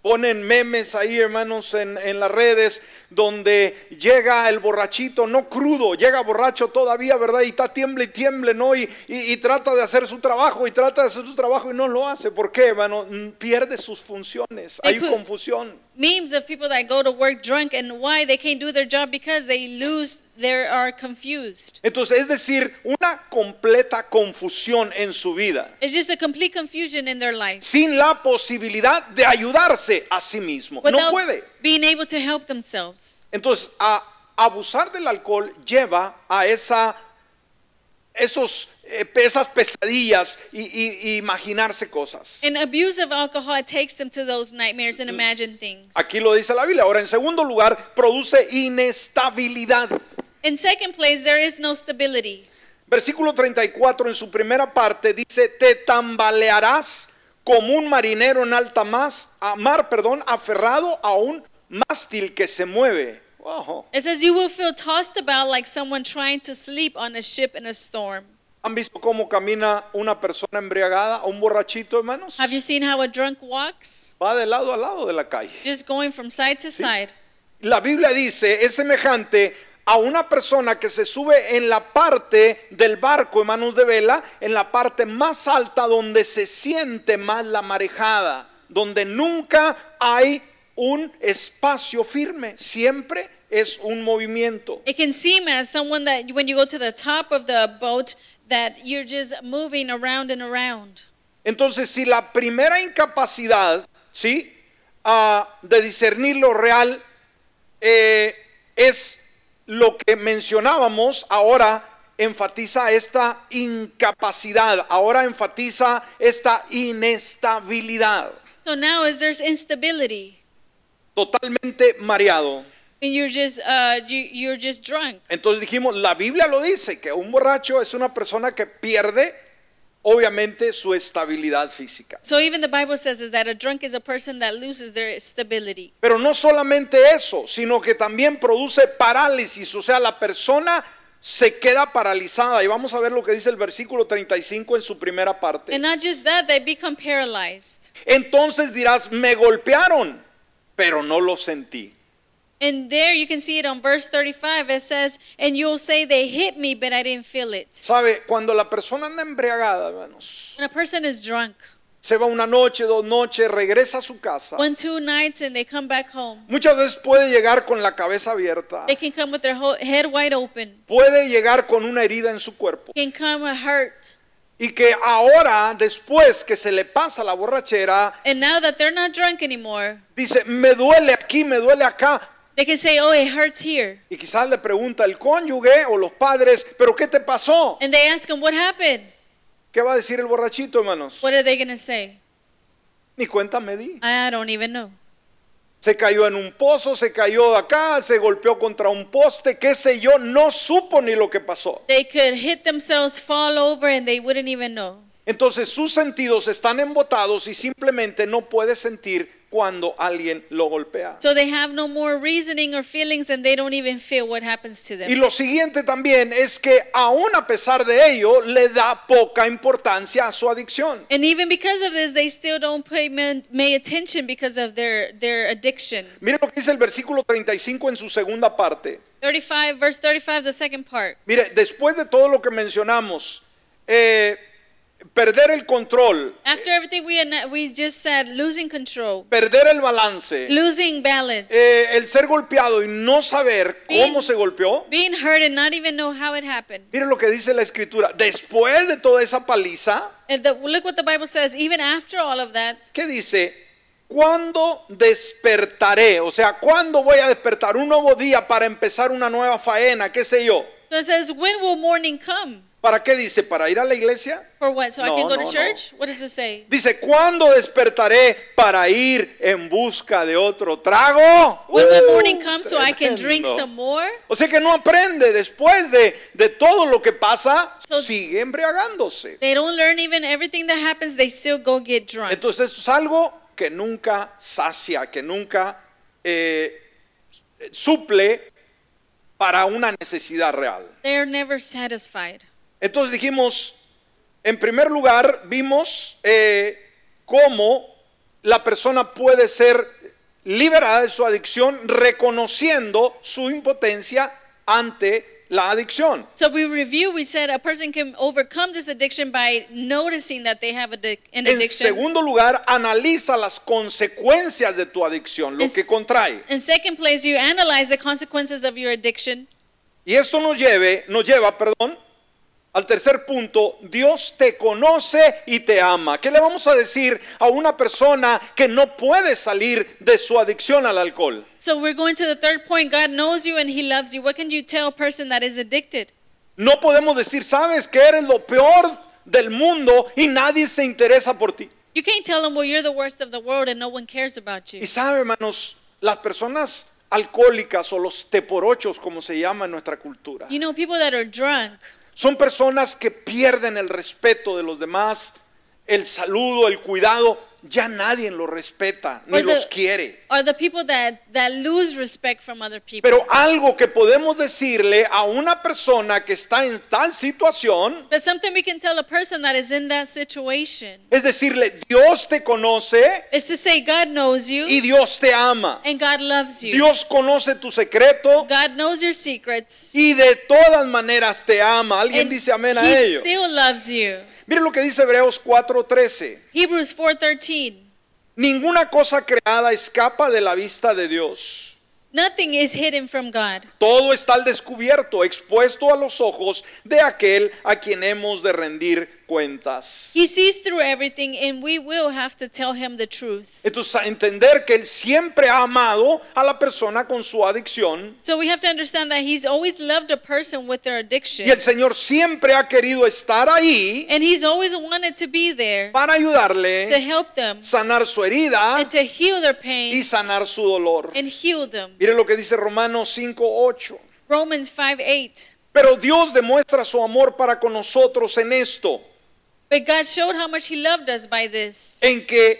Speaker 1: Ponen memes ahí, hermanos, en, en las redes donde llega el borrachito, no crudo, llega borracho todavía, ¿verdad? Y está tiemble y tiemble, ¿no? Y, y- y trata de hacer su trabajo y trata de hacer su trabajo y no lo hace. ¿Por qué, hermano? Mm, Pierde sus funciones.
Speaker 2: They
Speaker 1: Hay
Speaker 2: could-
Speaker 1: confusión.
Speaker 2: Memes of people that go to work drunk and why they can't do their job because they lose, they are confused.
Speaker 1: Entonces, es decir, una completa confusión en su vida.
Speaker 2: It's just a complete confusion in their life
Speaker 1: sin la posibilidad de ayudarse a sí mismo. No
Speaker 2: without
Speaker 1: puede.
Speaker 2: being able to help themselves.
Speaker 1: Entonces, a abusar del alcohol lleva a esa, esos, eh, pe- esas pesadillas y, y- y imaginarse cosas.
Speaker 2: And abuse of alcohol it takes them to those nightmares and imagine things.
Speaker 1: Aquí lo dice la Biblia. Ahora, en segundo lugar, produce inestabilidad.
Speaker 2: In second place, there is no stability.
Speaker 1: Versículo 34 en su primera parte dice, te tambalearás como un marinero en alta mas- a mar, perdón, aferrado a un mástil que se mueve. Ojo.
Speaker 2: It says you will feel tossed about like someone trying to sleep on a ship in a storm.
Speaker 1: ¿Han visto cómo camina una persona embriagada, un borrachito, hermanos?
Speaker 2: Have you seen how a drunk walks?
Speaker 1: Va de lado a lado de la calle.
Speaker 2: Just going from side to side.
Speaker 1: La Biblia dice, es semejante a una persona que se sube en la parte del barco, hermanos de vela, en la parte más alta donde se siente más la marejada, donde nunca hay un espacio firme, siempre es un movimiento.
Speaker 2: It can seem as someone that when you go to the top of the boat that you're just moving around and around.
Speaker 1: Entonces, si la primera incapacidad, ¿sí? Ah, de discernir lo real eh, es lo que mencionábamos, ahora enfatiza esta incapacidad, ahora enfatiza esta inestabilidad,
Speaker 2: So now is there's instability
Speaker 1: totalmente mareado.
Speaker 2: and you're just uh, you, you're just drunk.
Speaker 1: Entonces dijimos, la Biblia lo dice, que un borracho es una persona que pierde, obviamente, su estabilidad física.
Speaker 2: So even the Bible says is that a drunk is a person that loses their stability.
Speaker 1: Pero no solamente eso, sino que también produce parálisis, o sea, la persona se queda paralizada. Y vamos a ver lo que dice el versículo 35 en su primera parte.
Speaker 2: And not just that, they become paralyzed.
Speaker 1: Entonces dirás, me golpearon, pero no lo sentí.
Speaker 2: And there you can see it on verse 35. It says, And you'll say, They hit me, but I didn't feel it.
Speaker 1: ¿Sabe? Cuando la persona anda embriagada, hermanos,
Speaker 2: When a person is drunk,
Speaker 1: se va una noche, dos noches, regresa a su casa.
Speaker 2: one, two nights, and they come back home,
Speaker 1: Muchas veces puede llegar con la cabeza abierta,
Speaker 2: they can come with their whole head wide open,
Speaker 1: puede llegar con una herida en su cuerpo.
Speaker 2: can come hurt.
Speaker 1: Y que ahora, después que se le pasa la borrachera,
Speaker 2: And now that they're not drunk anymore,
Speaker 1: Dice, me duele aquí, me duele acá.
Speaker 2: they can say, Oh, it hurts here.
Speaker 1: Y quizás le pregunta el cónyuge o los padres, pero ¿qué te pasó?
Speaker 2: And they ask him, What happened?
Speaker 1: ¿Qué va a decir el borrachito, hermanos?
Speaker 2: What are they going to say?
Speaker 1: Ni cuenta me di.
Speaker 2: I don't even know.
Speaker 1: Se cayó en un pozo, se cayó acá, se golpeó contra un poste, qué sé yo, no supo ni lo que pasó.
Speaker 2: They could hit themselves, fall over, and they wouldn't even know.
Speaker 1: Entonces sus sentidos están embotados y simplemente no puede sentir cuando alguien lo golpea.
Speaker 2: So they have no more reasoning or feelings, and they don't even feel what happens to them.
Speaker 1: Y lo siguiente también es que aún a pesar de ello le da poca importancia a su adicción.
Speaker 2: And even because of this, they still don't pay men, may attention because of their, their addiction.
Speaker 1: Mire lo que dice el versículo 35 en su segunda parte.
Speaker 2: 35, verse 35, the second part.
Speaker 1: Mire, después de todo lo que mencionamos, eh, perder el control,
Speaker 2: After everything we, ana- we just said, losing control,
Speaker 1: perder el balance,
Speaker 2: losing balance,
Speaker 1: eh, el ser golpeado y no saber cómo
Speaker 2: Sí.
Speaker 1: se golpeó.
Speaker 2: being hurt and not even know how it happened.
Speaker 1: Mire lo que dice la escritura. Después de toda esa paliza,
Speaker 2: And the, look what the Bible says, even after all of that,
Speaker 1: ¿qué dice? ¿Cuándo despertaré? O sea, ¿cuándo voy a despertar? Un nuevo día para empezar una nueva faena, qué sé yo.
Speaker 2: so it says, when will morning come?
Speaker 1: ¿Para qué dice? ¿Para ir a la iglesia?
Speaker 2: For what? So I
Speaker 1: No,
Speaker 2: can go
Speaker 1: no, no.
Speaker 2: to church? What does it say?
Speaker 1: Dice, ¿cuándo despertaré para ir en busca de otro trago?
Speaker 2: When will
Speaker 1: Uh,
Speaker 2: morning come so I can drink
Speaker 1: tremendo.
Speaker 2: some more?
Speaker 1: O sea que no aprende después de, de todo lo que pasa,
Speaker 2: So-
Speaker 1: sigue embriagándose.
Speaker 2: They don't learn even everything that happens, they still go get drunk.
Speaker 1: Entonces esto es algo que nunca sacia, que nunca eh, suple para una necesidad real.
Speaker 2: They're never satisfied.
Speaker 1: Entonces dijimos, en primer lugar, vimos eh, cómo la persona puede ser liberada de su adicción reconociendo su impotencia ante la adicción.
Speaker 2: So we review, we said a person can overcome this addiction by noticing that they have addic- an
Speaker 1: En
Speaker 2: addiction.
Speaker 1: segundo lugar, analiza las consecuencias de tu adicción, lo
Speaker 2: Es-
Speaker 1: que contrae.
Speaker 2: In second place, you analyze the consequences of your addiction.
Speaker 1: Y esto nos lleve, nos lleva, perdón, al tercer punto, Dios te conoce y te ama. ¿Qué le vamos a decir a una persona que no puede salir de su adicción al alcohol?
Speaker 2: So we're going to the third point. God knows you and He loves you. What can you tell a person that is addicted?
Speaker 1: No podemos decir, sabes que eres lo peor del mundo y nadie se interesa por ti.
Speaker 2: You can't tell them, well, you're the worst of the world and no one cares about you.
Speaker 1: Y sabe, hermanos, las personas alcohólicas o los teporochos, como se llama en nuestra cultura,
Speaker 2: You know, people that are drunk,
Speaker 1: son personas que pierden el respeto de los demás, el saludo, el cuidado. Ya nadie los respeta ni
Speaker 2: Or the-
Speaker 1: los quiere.
Speaker 2: are the people that, that lose respect from other people.
Speaker 1: Pero algo que podemos decirle a una persona que está en tal situación
Speaker 2: But something we can tell a person that is in that situation
Speaker 1: es decirle, Dios te conoce
Speaker 2: is to say, God knows
Speaker 1: y
Speaker 2: you
Speaker 1: Dios te ama.
Speaker 2: and God loves you.
Speaker 1: Dios conoce tu secreto
Speaker 2: God knows your secrets.
Speaker 1: y de todas maneras te ama. Alguien
Speaker 2: And
Speaker 1: dice amén a
Speaker 2: he
Speaker 1: ello.
Speaker 2: still loves you.
Speaker 1: Miren lo que dice Hebreos 4:13.
Speaker 2: Hebrews 4:13.
Speaker 1: Ninguna cosa creada escapa de la vista de Dios.
Speaker 2: Nothing is hidden from God.
Speaker 1: Todo está al descubierto, expuesto a los ojos de aquel a quien hemos de rendir cuentas.
Speaker 2: He sees through everything and we will have to tell him the truth.
Speaker 1: Entonces, a entender que Él siempre ha amado a la persona con su adicción
Speaker 2: So we have to understand that he's always loved a person with their
Speaker 1: y
Speaker 2: addiction
Speaker 1: el Señor siempre ha querido estar ahí
Speaker 2: and he's always wanted to be there
Speaker 1: para
Speaker 2: to
Speaker 1: ayudarle
Speaker 2: help them
Speaker 1: sanar su herida
Speaker 2: and to heal their
Speaker 1: y
Speaker 2: pain
Speaker 1: sanar su dolor.
Speaker 2: and heal them.
Speaker 1: Mire lo que dice Romanos 5:8.
Speaker 2: Romans 5:8.
Speaker 1: Pero Dios demuestra su amor para con nosotros en esto,
Speaker 2: But God showed how much he loved us by this
Speaker 1: en que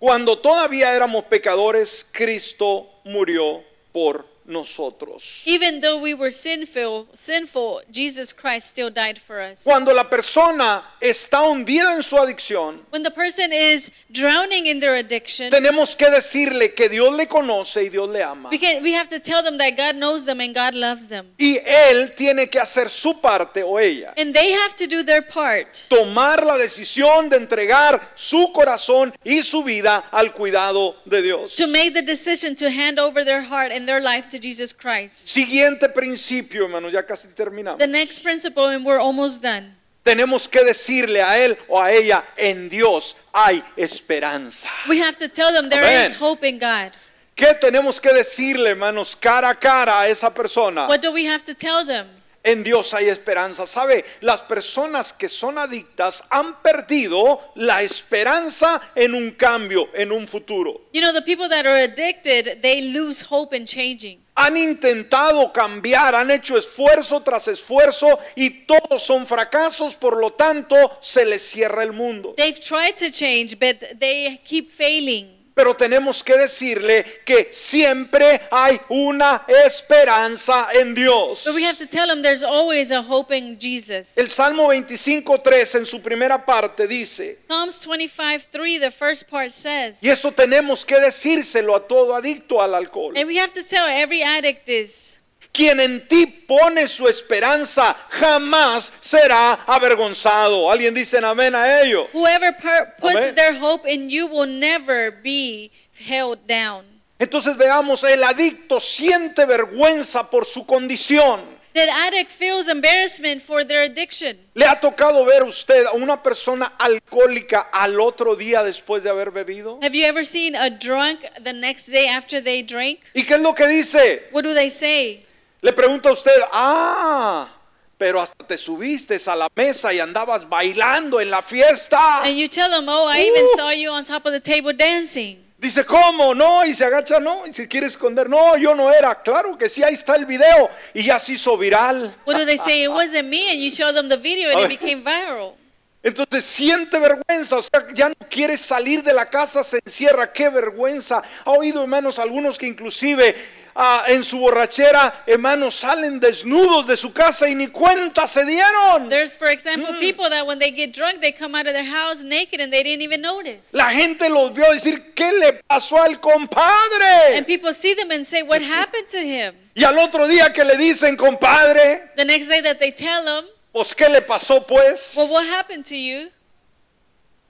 Speaker 1: cuando todavía éramos pecadores, Cristo murió por nosotros.
Speaker 2: even though we were sinful, sinful, Jesus Christ still died for us.
Speaker 1: Cuando la persona está hundida en su adicción,
Speaker 2: When the person is drowning in their addiction,
Speaker 1: tenemos que decirle que Dios le conoce y Dios le ama.
Speaker 2: we can we have to tell them that God knows them and God loves them.
Speaker 1: Y Él tiene que hacer su parte o ella.
Speaker 2: And they have to do their part
Speaker 1: Tomar la decisión de entregar su corazón y su vida al cuidado de Dios.
Speaker 2: to make the decision to hand over their heart and their life to Jesus Christ.
Speaker 1: Siguiente principio, hermano, ya casi terminamos.
Speaker 2: The next principle, and we're almost done.
Speaker 1: Tenemos que decirle a él o a ella, en Dios hay esperanza.
Speaker 2: We have to tell them there is
Speaker 1: Amen.
Speaker 2: hope in God.
Speaker 1: ¿Qué tenemos que decirle, hermanos, cara a cara a esa persona?
Speaker 2: What do we have to tell them?
Speaker 1: En Dios hay esperanza. ¿Sabe? Las personas que son adictas han perdido la esperanza en un cambio, en un futuro.
Speaker 2: You know, the people that are addicted, they lose hope in changing.
Speaker 1: Han intentado cambiar, han hecho esfuerzo tras esfuerzo y todos son fracasos, por lo tanto se les cierra el mundo.
Speaker 2: They've tried to change, but they keep failing.
Speaker 1: Pero tenemos que decirle que siempre hay una esperanza en Dios.
Speaker 2: But we have to tell them there's always a hope in Jesus.
Speaker 1: El Salmo 25.3 en su primera parte dice,
Speaker 2: Psalms 25, 3, the first part says,
Speaker 1: y esto tenemos que decírselo a todo adicto al alcohol,
Speaker 2: and we have to tell every addict this
Speaker 1: quien en ti pone su esperanza jamás será avergonzado. Alguien dice amén a ello.
Speaker 2: whoever per- puts
Speaker 1: Amen.
Speaker 2: their hope in you will never be held down.
Speaker 1: Entonces veamos, el adicto siente vergüenza por su condición.
Speaker 2: That addict feels embarrassment for their addiction.
Speaker 1: ¿Le ha tocado ver usted a una persona alcohólica al otro día después de haber bebido?
Speaker 2: Have you ever seen a drunk the next day after they drink?
Speaker 1: ¿Y qué es lo que dice?
Speaker 2: What do they say?
Speaker 1: Le pregunta a usted, ah, pero hasta te subiste a la mesa y andabas bailando en la fiesta.
Speaker 2: And you tell them, oh, I even saw you on top of the table dancing.
Speaker 1: Dice, ¿cómo? No, y se agacha, no, y se quiere esconder. No, yo no era. Claro que sí, ahí está el video. Y ya se hizo viral.
Speaker 2: What do they say? It wasn't me. And you show them the video and it became viral.
Speaker 1: Entonces siente vergüenza, o sea, ya no quiere salir de la casa, se encierra, qué vergüenza. Ha oído, hermanos, algunos que inclusive ah, en su borrachera, hermanos, salen desnudos de su casa y ni cuenta se dieron.
Speaker 2: There's, for example, people that when they get drunk, they come out of their house naked and they didn't even notice.
Speaker 1: La gente los vio decir, ¿qué le pasó al
Speaker 2: And
Speaker 1: compadre?
Speaker 2: people see them and say, What happened to him?
Speaker 1: Y al otro día que le dicen, compadre,
Speaker 2: The next day that they tell them,
Speaker 1: pues ¿qué le pasó pues?
Speaker 2: Well, what happened to you?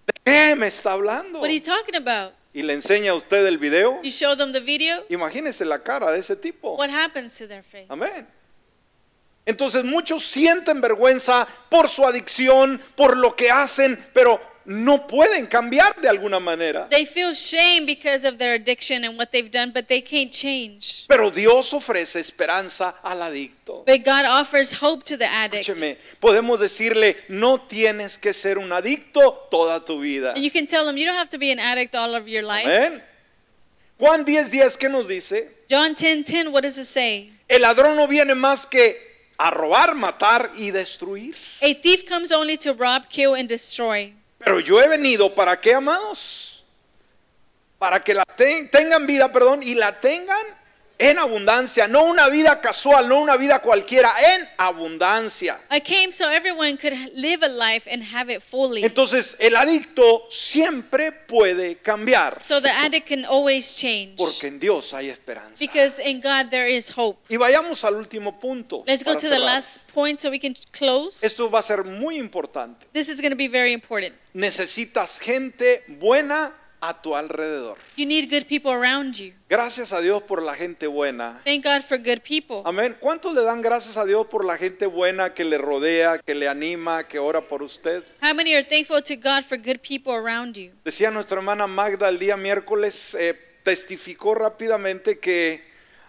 Speaker 1: ¿De qué me está hablando?
Speaker 2: What are you talking about?
Speaker 1: Y le enseña a usted el video.
Speaker 2: You show them the video?
Speaker 1: Imagínese la cara de ese tipo.
Speaker 2: What happens to their face?
Speaker 1: Amén. Entonces muchos sienten vergüenza por su adicción, por lo que hacen, pero no pueden cambiar de alguna manera.
Speaker 2: They feel shame because of their addiction and what they've done, but they can't change.
Speaker 1: Pero Dios ofrece esperanza al adicto.
Speaker 2: But God offers hope to the addict. And
Speaker 1: Escúcheme, podemos decirle, no tienes que ser un adicto toda tu vida.
Speaker 2: you can tell them you don't have to be an addict all of your life.
Speaker 1: Amén. Juan 10:10 10, ¿qué nos dice?
Speaker 2: John 10 10, what does it say?
Speaker 1: El ladrón no viene más que a robar, matar y destruir.
Speaker 2: A thief comes only to rob, kill, and destroy.
Speaker 1: Pero yo he venido para qué, amados? Para que la ten- tengan vida, perdón, y la tengan en abundancia, no una vida casual, no una vida cualquiera, en abundancia.
Speaker 2: I came so everyone could live a life and have it fully.
Speaker 1: Entonces, el adicto siempre puede cambiar,
Speaker 2: So the addict can always change.
Speaker 1: porque en Dios hay esperanza.
Speaker 2: Because in God there is hope.
Speaker 1: Y vayamos al último punto.
Speaker 2: Let's go
Speaker 1: para
Speaker 2: to the
Speaker 1: cerrar.
Speaker 2: last point so we can close.
Speaker 1: Esto va a ser muy importante.
Speaker 2: This is going to be very important.
Speaker 1: Necesitas gente buena a tu alrededor.
Speaker 2: You need good people around you.
Speaker 1: Gracias a Dios por la gente buena.
Speaker 2: Thank God for good people.
Speaker 1: Amén. ¿Cuántos le dan gracias a Dios por la gente buena que le rodea, que le anima, que ora por usted?
Speaker 2: How many are thankful to God for good people around you?
Speaker 1: Decía nuestra hermana Magda el día miércoles, eh, testificó rápidamente que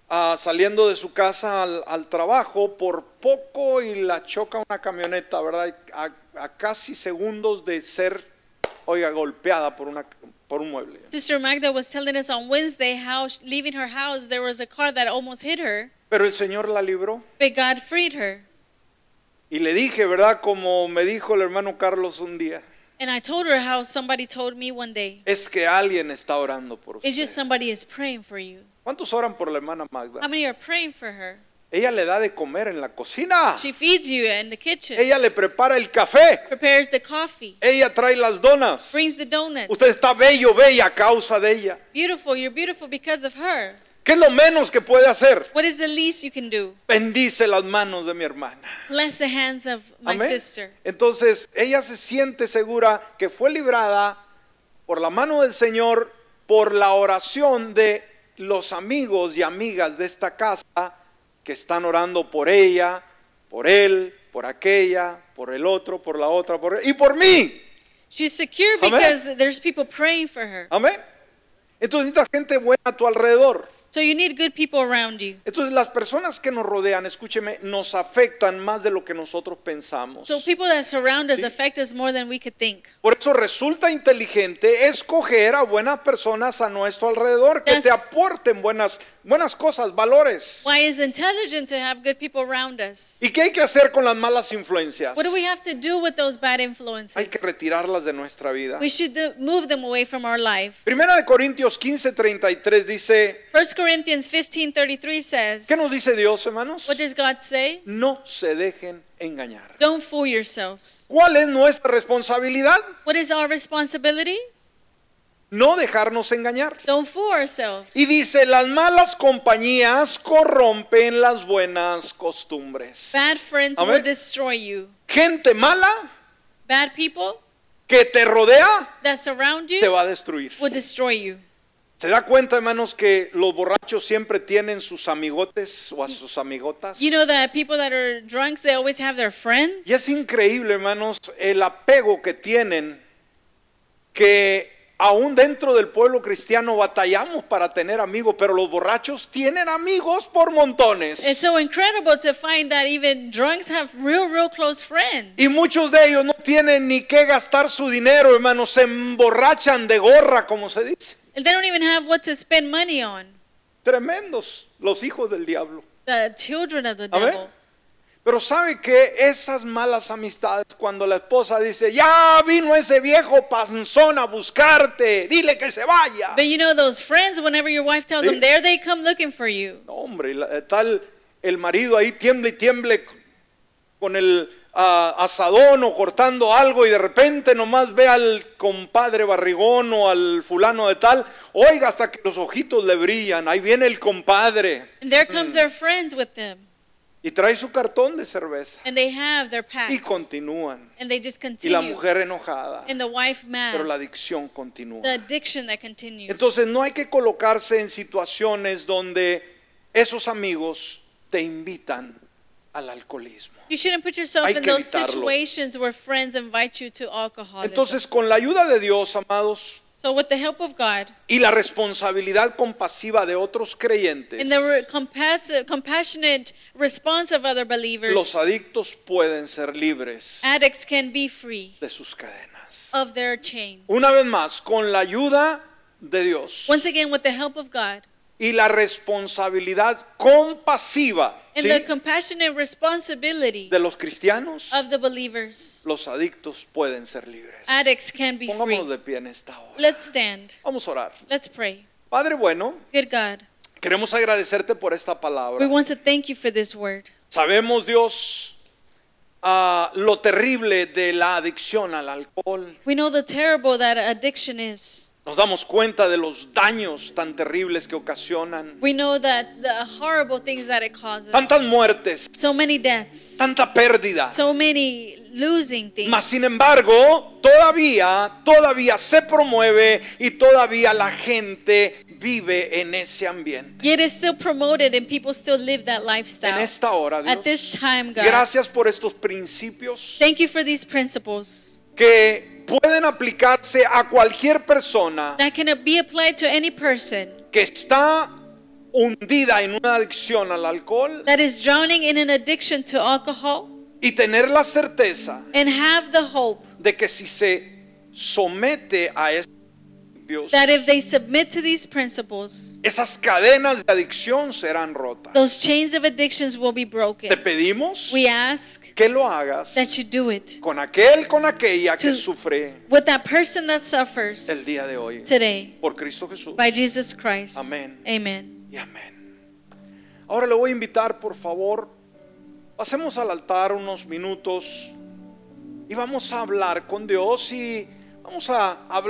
Speaker 1: ah, saliendo de su casa al, al trabajo, por poco y la choca una camioneta, ¿verdad? A, a casi segundos de ser, oiga, golpeada por, una, por un mueble.
Speaker 2: Sister Magda was telling us on Wednesday how sh- leaving her house there was a car that almost hit her,
Speaker 1: Pero el Señor la libró.
Speaker 2: but God freed her.
Speaker 1: Y le dije, ¿verdad? Como me dijo el hermano Carlos un día,
Speaker 2: And I told her how somebody told me one day,
Speaker 1: es que alguien está orando por usted.
Speaker 2: it's just somebody is praying for you.
Speaker 1: ¿Cuántos oran por la hermana Magda?
Speaker 2: How many are praying for her?
Speaker 1: Ella le da de comer en la cocina.
Speaker 2: She feeds you in the kitchen,
Speaker 1: Ella le prepara el café.
Speaker 2: prepares the coffee,
Speaker 1: Ella trae las donas.
Speaker 2: brings the donuts.
Speaker 1: Usted está bello, bella a causa de ella.
Speaker 2: Beautiful, you're beautiful because of her.
Speaker 1: ¿Qué es lo menos que puede hacer?
Speaker 2: What is the least you can do?
Speaker 1: Bendice las manos de mi hermana.
Speaker 2: Bless the hands of my
Speaker 1: Amén.
Speaker 2: sister.
Speaker 1: Entonces, ella se siente segura que fue librada por la mano del Señor, por la oración de los amigos y amigas de esta casa que están orando por ella, por él, por aquella, por el otro, por la otra, por y por mí.
Speaker 2: She's secure
Speaker 1: Amén.
Speaker 2: because there's people praying for her.
Speaker 1: Amén. Entonces necesitas gente buena a tu alrededor.
Speaker 2: So you need good people around you.
Speaker 1: Entonces las personas que nos rodean, escúcheme, nos afectan más de lo que nosotros pensamos.
Speaker 2: So people that surround us
Speaker 1: Sí.
Speaker 2: affect us more than we could think.
Speaker 1: Por eso resulta inteligente escoger a buenas personas a nuestro alrededor que
Speaker 2: Yes.
Speaker 1: te aporten buenas, buenas cosas, valores.
Speaker 2: Why is intelligent to have good people around us?
Speaker 1: ¿Y qué hay que hacer con las malas influencias?
Speaker 2: What do we have to do with those bad
Speaker 1: Hay que
Speaker 2: influences?
Speaker 1: retirarlas de nuestra vida.
Speaker 2: We should do- move them away from our life.
Speaker 1: Primera de Corintios 15:33 dice,
Speaker 2: 1 Corinthians 15:33 says,
Speaker 1: ¿qué nos dice Dios, hermanos?
Speaker 2: What does God say?
Speaker 1: No se dejen engañar.
Speaker 2: Don't fool yourselves.
Speaker 1: ¿Cuál es nuestra responsabilidad?
Speaker 2: What is our responsibility?
Speaker 1: No dejarnos engañar.
Speaker 2: Don't fool ourselves.
Speaker 1: Y dice, las malas compañías corrompen las buenas costumbres.
Speaker 2: Bad friends will
Speaker 1: Amén.
Speaker 2: destroy you.
Speaker 1: Gente mala
Speaker 2: Bad people
Speaker 1: que te rodea
Speaker 2: that surround
Speaker 1: te
Speaker 2: you
Speaker 1: va a destruir.
Speaker 2: will destroy you.
Speaker 1: ¿Se da cuenta, hermanos, que los borrachos siempre tienen sus amigotes o a sus amigotas?
Speaker 2: You know that people that are drunks, they always have their friends.
Speaker 1: Y es increíble, hermanos, el apego que tienen que aún dentro del pueblo cristiano batallamos para tener amigos, pero los borrachos tienen amigos por montones.
Speaker 2: It's so incredible to find that even drunks have real, real close friends.
Speaker 1: Y muchos de ellos no tienen ni que gastar su dinero, hermanos. Se emborrachan de gorra, como se dice.
Speaker 2: And they don't even have what to spend money on.
Speaker 1: Tremendos los hijos del diablo.
Speaker 2: The children of the
Speaker 1: Amén.
Speaker 2: devil.
Speaker 1: Pero sabe que esas malas amistades, cuando la esposa dice, ya vino ese viejo panzón a buscarte, dile que se vaya.
Speaker 2: But you know those friends, whenever your wife tells
Speaker 1: Sí.
Speaker 2: them, there they come looking for you.
Speaker 1: No, hombre, la- eh, tal el marido ahí tiemble y tiemble con el ah, asadón o cortando algo y de repente nomás ve al compadre barrigón o al fulano de tal, oiga hasta que los ojitos le brillan, ahí viene el compadre
Speaker 2: And there
Speaker 1: Mm.
Speaker 2: comes their friends with them.
Speaker 1: y trae su cartón de cerveza
Speaker 2: And they have their
Speaker 1: y
Speaker 2: packs.
Speaker 1: continúan.
Speaker 2: And they just
Speaker 1: Y la
Speaker 2: continue.
Speaker 1: mujer enojada,
Speaker 2: And the wife mad.
Speaker 1: pero la adicción continúa.
Speaker 2: The addiction that continues.
Speaker 1: Entonces no hay que colocarse en situaciones donde esos amigos te invitan al alcoholismo.
Speaker 2: you shouldn't put yourself
Speaker 1: hay
Speaker 2: in
Speaker 1: que
Speaker 2: those
Speaker 1: evitarlo.
Speaker 2: situations where friends invite you to alcoholism.
Speaker 1: Entonces, con la ayuda de Dios, amados,
Speaker 2: so with the help of God
Speaker 1: y la responsabilidad compasiva de otros creyentes,
Speaker 2: and the re- compass- compassionate response of other believers,
Speaker 1: los adictos pueden ser libres
Speaker 2: addicts can be free
Speaker 1: de sus cadenas.
Speaker 2: of their chains.
Speaker 1: Una vez más, con la ayuda de Dios
Speaker 2: Once again, with the help of God
Speaker 1: y la responsabilidad compasiva
Speaker 2: and
Speaker 1: ¿sí?
Speaker 2: the compassionate responsibility
Speaker 1: de los cristianos,
Speaker 2: of the believers,
Speaker 1: los adictos pueden ser libres.
Speaker 2: addicts can be
Speaker 1: Pongámonos
Speaker 2: free.
Speaker 1: de pie en esta hora.
Speaker 2: Let's stand.
Speaker 1: Vamos a orar.
Speaker 2: Let's pray.
Speaker 1: Padre bueno,
Speaker 2: Good God,
Speaker 1: queremos agradecerte por esta
Speaker 2: we
Speaker 1: palabra.
Speaker 2: want to thank you for this word.
Speaker 1: Sabemos, Dios, ah, lo terrible de la adicción al alcohol.
Speaker 2: We know the terrible that addiction is.
Speaker 1: Nos damos cuenta de los daños tan terribles que ocasionan.
Speaker 2: We know that the horrible things that it causes.
Speaker 1: Tantas muertes,
Speaker 2: So many deaths.
Speaker 1: tanta pérdida.
Speaker 2: So many losing things.
Speaker 1: Mas sin embargo, todavía, todavía se promueve y todavía la gente vive en ese ambiente.
Speaker 2: Yet it's still promoted and people still live that
Speaker 1: En
Speaker 2: lifestyle.
Speaker 1: esta hora,
Speaker 2: At this
Speaker 1: Dios.
Speaker 2: time, God.
Speaker 1: Gracias por estos principios.
Speaker 2: Thank you for these principles
Speaker 1: que pueden aplicarse a cualquier persona
Speaker 2: that can be applied to any person
Speaker 1: que está hundida en una adicción al alcohol
Speaker 2: that is drowning in an addiction to alcohol
Speaker 1: y tener la certeza
Speaker 2: and have the hope
Speaker 1: de que si se somete a estos principios,
Speaker 2: that if they submit to these principles,
Speaker 1: esas cadenas de adicción serán rotas.
Speaker 2: those chains of addictions will be
Speaker 1: Te
Speaker 2: broken.
Speaker 1: pedimos
Speaker 2: We ask
Speaker 1: que lo hagas
Speaker 2: that you do it
Speaker 1: con aquel, con aquella que
Speaker 2: To-
Speaker 1: sufre
Speaker 2: with that person that
Speaker 1: el
Speaker 2: suffers
Speaker 1: día de hoy.
Speaker 2: today
Speaker 1: Por Cristo Jesús.
Speaker 2: by Jesus Christ.
Speaker 1: Amén.
Speaker 2: Amen.
Speaker 1: y amén. Ahora le voy a invitar, por favor, pasemos al altar unos minutos y vamos a hablar con Dios y vamos a hablar.